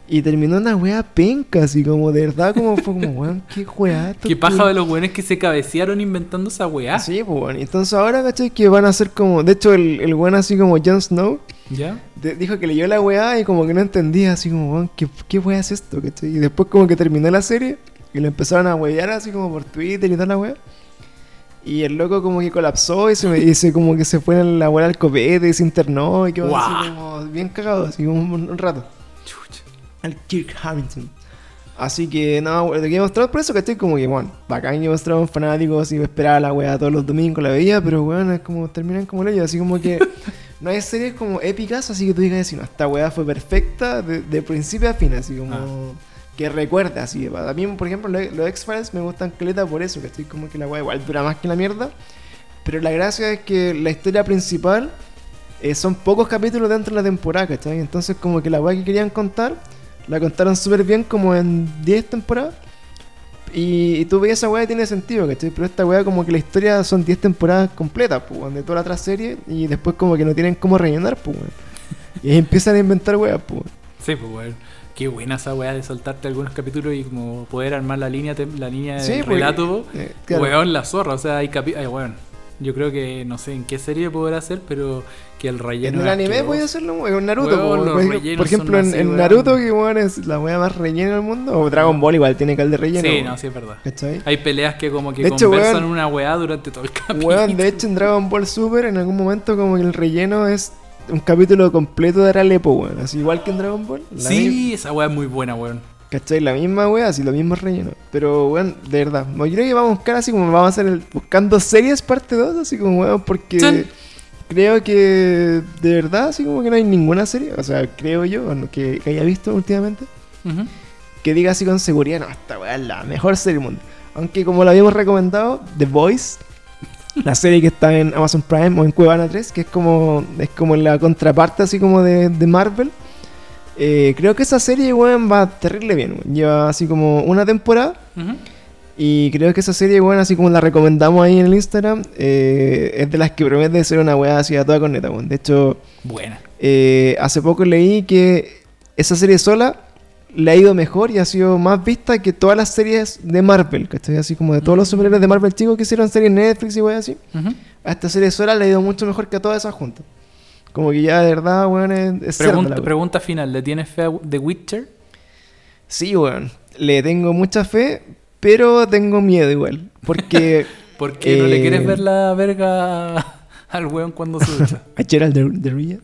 S1: Y terminó una wea penca, así como, de verdad, como fue como, weón, qué weá.
S2: Qué paja de los buenos que se cabecearon inventando esa weá.
S1: Sí, pues, weón. Entonces ahora, ¿cachai? Que van a ser como, de hecho, el, el weón así como Jon Snow,
S2: ¿Ya?
S1: de- dijo que leyó la weá y como que no entendía, así como, weón, ¿qué, qué weá es esto? ¿cachai? Y después como que terminó la serie y lo empezaron a wear así como por Twitter y toda la weá. Y el loco como que colapsó y se, me- y se como que se fue a la weá al copete y se internó y quedó así como bien cagado, así como un, un rato.
S2: Chucha.
S1: Al Kirk Harrington. Así que no, we- de Game of Thrones por eso, ¿cachai? Como que, bueno, bacán Game of Thrones, fanáticos, y me esperaba la weá todos los domingos, la veía, pero weón, es como, terminan como leyes, así como que no hay series como épicas, así que tú digas, así, no, esta weá fue perfecta de, de principio a fin, así como que recuerda, así. A mí, por ejemplo, lo- los X-Files me gustan caleta por eso, que estoy como que la weá igual dura más que la mierda, pero la gracia es que la historia principal eh, son pocos capítulos dentro de la temporada, ¿cachai? Entonces, como que la weá que querían contar, la contaron súper bien, como en 10 temporadas. Y, y tú veías esa weá y tiene sentido, ¿cachai? Pero esta weá, como que la historia son 10 temporadas completas, pues, weón, de toda la otra serie, y después, como que no tienen cómo rellenar, pues, weón. Y ahí empiezan a inventar weá, pues. weón.
S2: Sí, pues weón. Qué buena esa weá de saltarte algunos capítulos y como poder armar la línea, tem- la línea de
S1: Sí, porque-
S2: relato.
S1: eh, claro.
S2: Weón, la zorra. O sea, hay capítulos. weón. Yo creo que no sé en qué serie podrá hacer, pero que el relleno.
S1: En el
S2: es
S1: anime
S2: asqueroso.
S1: podía hacerlo, weón, en Naruto,
S2: Weón,
S1: po,
S2: los
S1: weón.
S2: rellenos
S1: por ejemplo,
S2: son
S1: en,
S2: así,
S1: en
S2: weón.
S1: Naruto, que weón es la weá más rellena del mundo, o Dragon Ball igual tiene que el de relleno.
S2: Sí,
S1: weón,
S2: no, sí, es verdad.
S1: ¿cachai?
S2: Hay peleas que como que
S1: De hecho,
S2: conversan
S1: weón-
S2: una weá durante todo el capítulo.
S1: Weón, de hecho en Dragon Ball Super en algún momento como que el relleno es un capítulo completo de Aralepo, weón. Así igual que en Dragon Ball. la mi-
S2: sí, esa weá es muy buena, weón.
S1: ¿Cachai? La misma weón, así lo mismo relleno. Pero weón, de verdad. no, Yo creo que vamos a buscar así como vamos a hacer el buscando series parte 2, así como weón, porque
S2: Chan.
S1: creo que de verdad así como que no hay ninguna serie, o sea, creo yo, o no, que, que haya visto últimamente,
S2: Ujú.
S1: que diga así con seguridad, no, esta weón es la mejor serie del mundo. Aunque como lo habíamos recomendado, The Voice la serie que está en Amazon Prime o en Cuevana 3, que es como, es como la contraparte así como de, de Marvel. Eh, creo que esa serie, weón, va terrible bien. weón. Lleva así como una temporada.
S2: Ujú.
S1: Y creo que esa serie, weón, así como la recomendamos ahí en el Instagram, eh, es de las que promete ser una weá así a toda corneta, weón. De hecho,
S2: Buena.
S1: eh, hace poco leí que esa serie sola le ha ido mejor y ha sido más vista que todas las series de Marvel, ¿cachai? Así como de todos
S2: Mm.
S1: los superhéroes de Marvel chicos que hicieron series en Netflix y weón así.
S2: Ujú.
S1: A esta serie sola le ha ido mucho mejor que a todas esas juntas. Como que ya de verdad, weón, es, es cerda la
S2: Pregunta,
S1: weá.
S2: pregunta final, ¿le tienes fe a The Witcher?
S1: Sí, weón. Le tengo mucha fe, pero tengo miedo igual. Porque
S2: ¿Por qué no le
S1: Eh,
S2: quieres ver la verga al weón cuando se ducha?
S1: a Gerald de, de Rivia.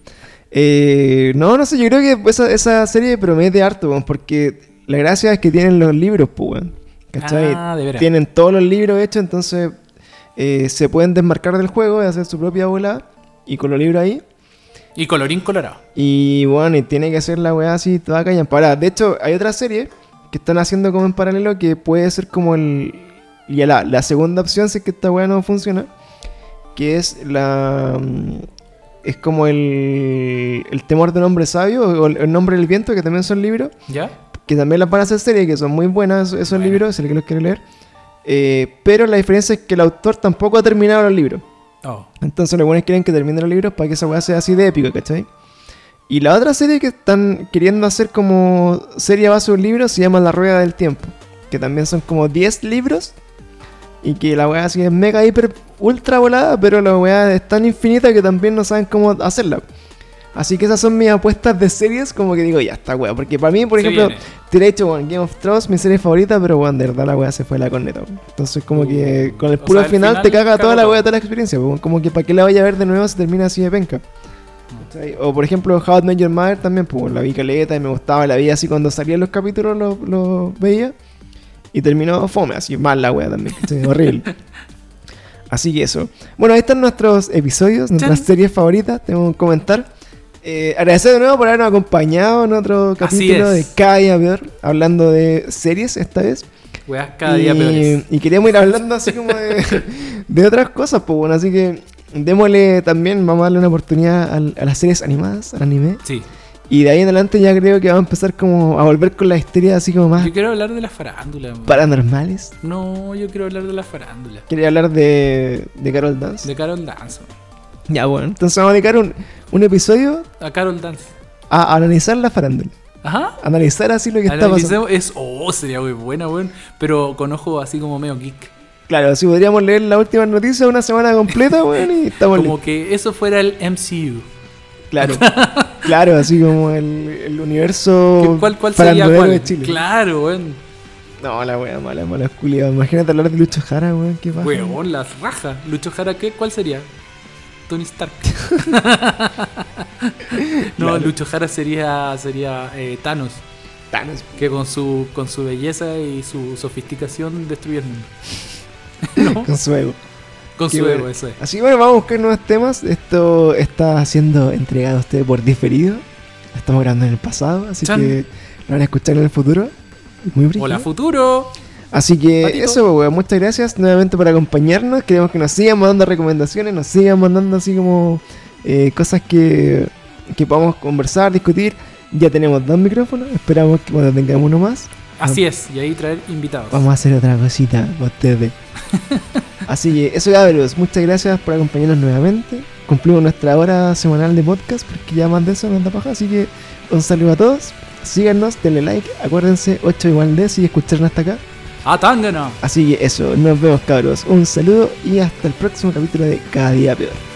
S1: Eh, no, no sé, yo creo que esa, esa serie promete harto, weón, porque la gracia es que tienen los libros, pues, weón. ¿Cachai?
S2: Ah, de veras.
S1: tienen todos los libros hechos, entonces eh, se pueden desmarcar del juego y hacer su propia bola y con los libros ahí.
S2: Y colorín colorado.
S1: Y bueno, y tiene que ser la weá así toda callamparada. De hecho, hay otra serie que están haciendo como en paralelo que puede ser como el. Ya la, la segunda opción, si es que esta weá no funciona. Que es la. mm, Es como el. El temor del hombre sabio o el, el nombre del viento, que también son libros.
S2: ¿Ya?
S1: Que también las van a hacer serie, que son muy buenas esos
S2: Bueno.
S1: libros, si alguien los quiere leer. Eh, pero la diferencia es que el autor tampoco ha terminado los libros.
S2: Oh.
S1: Entonces los buenos quieren que terminen los libros para que esa weá sea así de épica, ¿cachai? Y la otra serie que están queriendo hacer como serie a base de un libro se llama La Rueda del Tiempo. Que también son como 10 libros. Y que la weá así es mega, hiper, ultra volada, pero la weá es tan infinita que también no saben cómo hacerla. Así que esas son mis apuestas de series, como que digo, ya está weá. Porque para mí, por
S2: Se
S1: ejemplo,
S2: viene.
S1: te he dicho, bueno, Game of Thrones, mi serie favorita, pero bueno, de verdad la weá se fue a la corneta. weón. Entonces como que
S2: Uh,
S1: con el
S2: o
S1: puro
S2: sea, el
S1: final, te
S2: final
S1: caga toda
S2: caga
S1: la
S2: todo.
S1: weá, toda la experiencia. weón. Como que para qué la vaya a ver de nuevo si termina así de penca. ¿Cachai? O por ejemplo, How I Met Your Mother también, pues la vi caleta y me gustaba, la vi así cuando salían los capítulos, los veía. Y terminó fome, así mal la wea también, ¿cachai? horrible. Así que eso. Bueno, ahí están nuestros episodios, nuestras
S2: Chan.
S1: series favoritas, tengo que comentar. Eh, agradecer de nuevo por habernos acompañado en otro
S2: Así
S1: capítulo de
S2: es.
S1: Cada Día Peor, hablando de series esta vez.
S2: Weas cada día
S1: y,
S2: peores.
S1: y queríamos ir hablando así como de, de otras cosas, pues bueno, así que démosle también, vamos a darle una oportunidad al- a, las series animadas, al anime.
S2: Sí.
S1: Y de ahí en adelante ya creo que vamos a empezar como a volver con la histeria así como más
S2: Yo quiero hablar de la farándula. weón.
S1: paranormales.
S2: No, yo quiero hablar de la farándula.
S1: Quería hablar de, de Carol Dance.
S2: De Carol Dance. weón.
S1: Ya bueno, entonces vamos a dedicar un, un episodio
S2: A Carol Dance.
S1: a analizar la farándula.
S2: Ajá.
S1: Analizar así lo que está pasando.
S2: Analicemos- Es, oh, sería muy buena, weón. Pero con ojo así como medio geek.
S1: Claro, si podríamos leer la última noticia una semana completa, bueno, y estamos listos.
S2: Como que eso fuera el MCU.
S1: Claro, claro, así como el, el universo
S2: ¿Qué- ¿Cuál, cuál sería
S1: farandulero
S2: cuál?
S1: de Chile.
S2: Claro, weón.
S1: No, la wea mala, mala culiada. Imagínate hablar de Lucho Jara, weón, qué pasa.
S2: Weón, las rajas. Lucho Jara, ¿qué? ¿cuál sería? Tony Stark. no,
S1: Claro.
S2: Lucho Jara sería, sería eh, Thanos,
S1: Thanos.
S2: que con su, con su belleza y su sofisticación destruye el mundo. ¿No?
S1: Con su ego.
S2: Con
S1: Qué
S2: su
S1: bueno.
S2: ego, eso es.
S1: Así que bueno, vamos a buscar nuevos temas. Esto está siendo entregado a ustedes por diferido. Lo estamos grabando en el pasado, así
S2: Chan.
S1: que lo van a escuchar en el futuro. Muy brillo.
S2: Hola, futuro.
S1: Así que
S2: Patito.
S1: eso, pues, weón. Muchas gracias nuevamente por acompañarnos. Queremos que nos sigan mandando recomendaciones, nos sigan mandando así como eh, cosas que, que podamos conversar, discutir. Ya tenemos dos micrófonos, esperamos que cuando tengamos uno más,
S2: Así es, y ahí traer invitados.
S1: vamos a hacer otra cosita para ustedes. así que eso, cabros. Muchas gracias por acompañarnos nuevamente. Cumplimos nuestra hora semanal de podcast porque ya más de eso nos da paja. Así que un saludo a todos. Síganos, denle like, acuérdense 8 igual de si escucharon hasta acá.
S2: ¡A Tangana!
S1: Así que eso, nos vemos cabros. Un saludo y hasta el próximo capítulo de Cada Día Peor.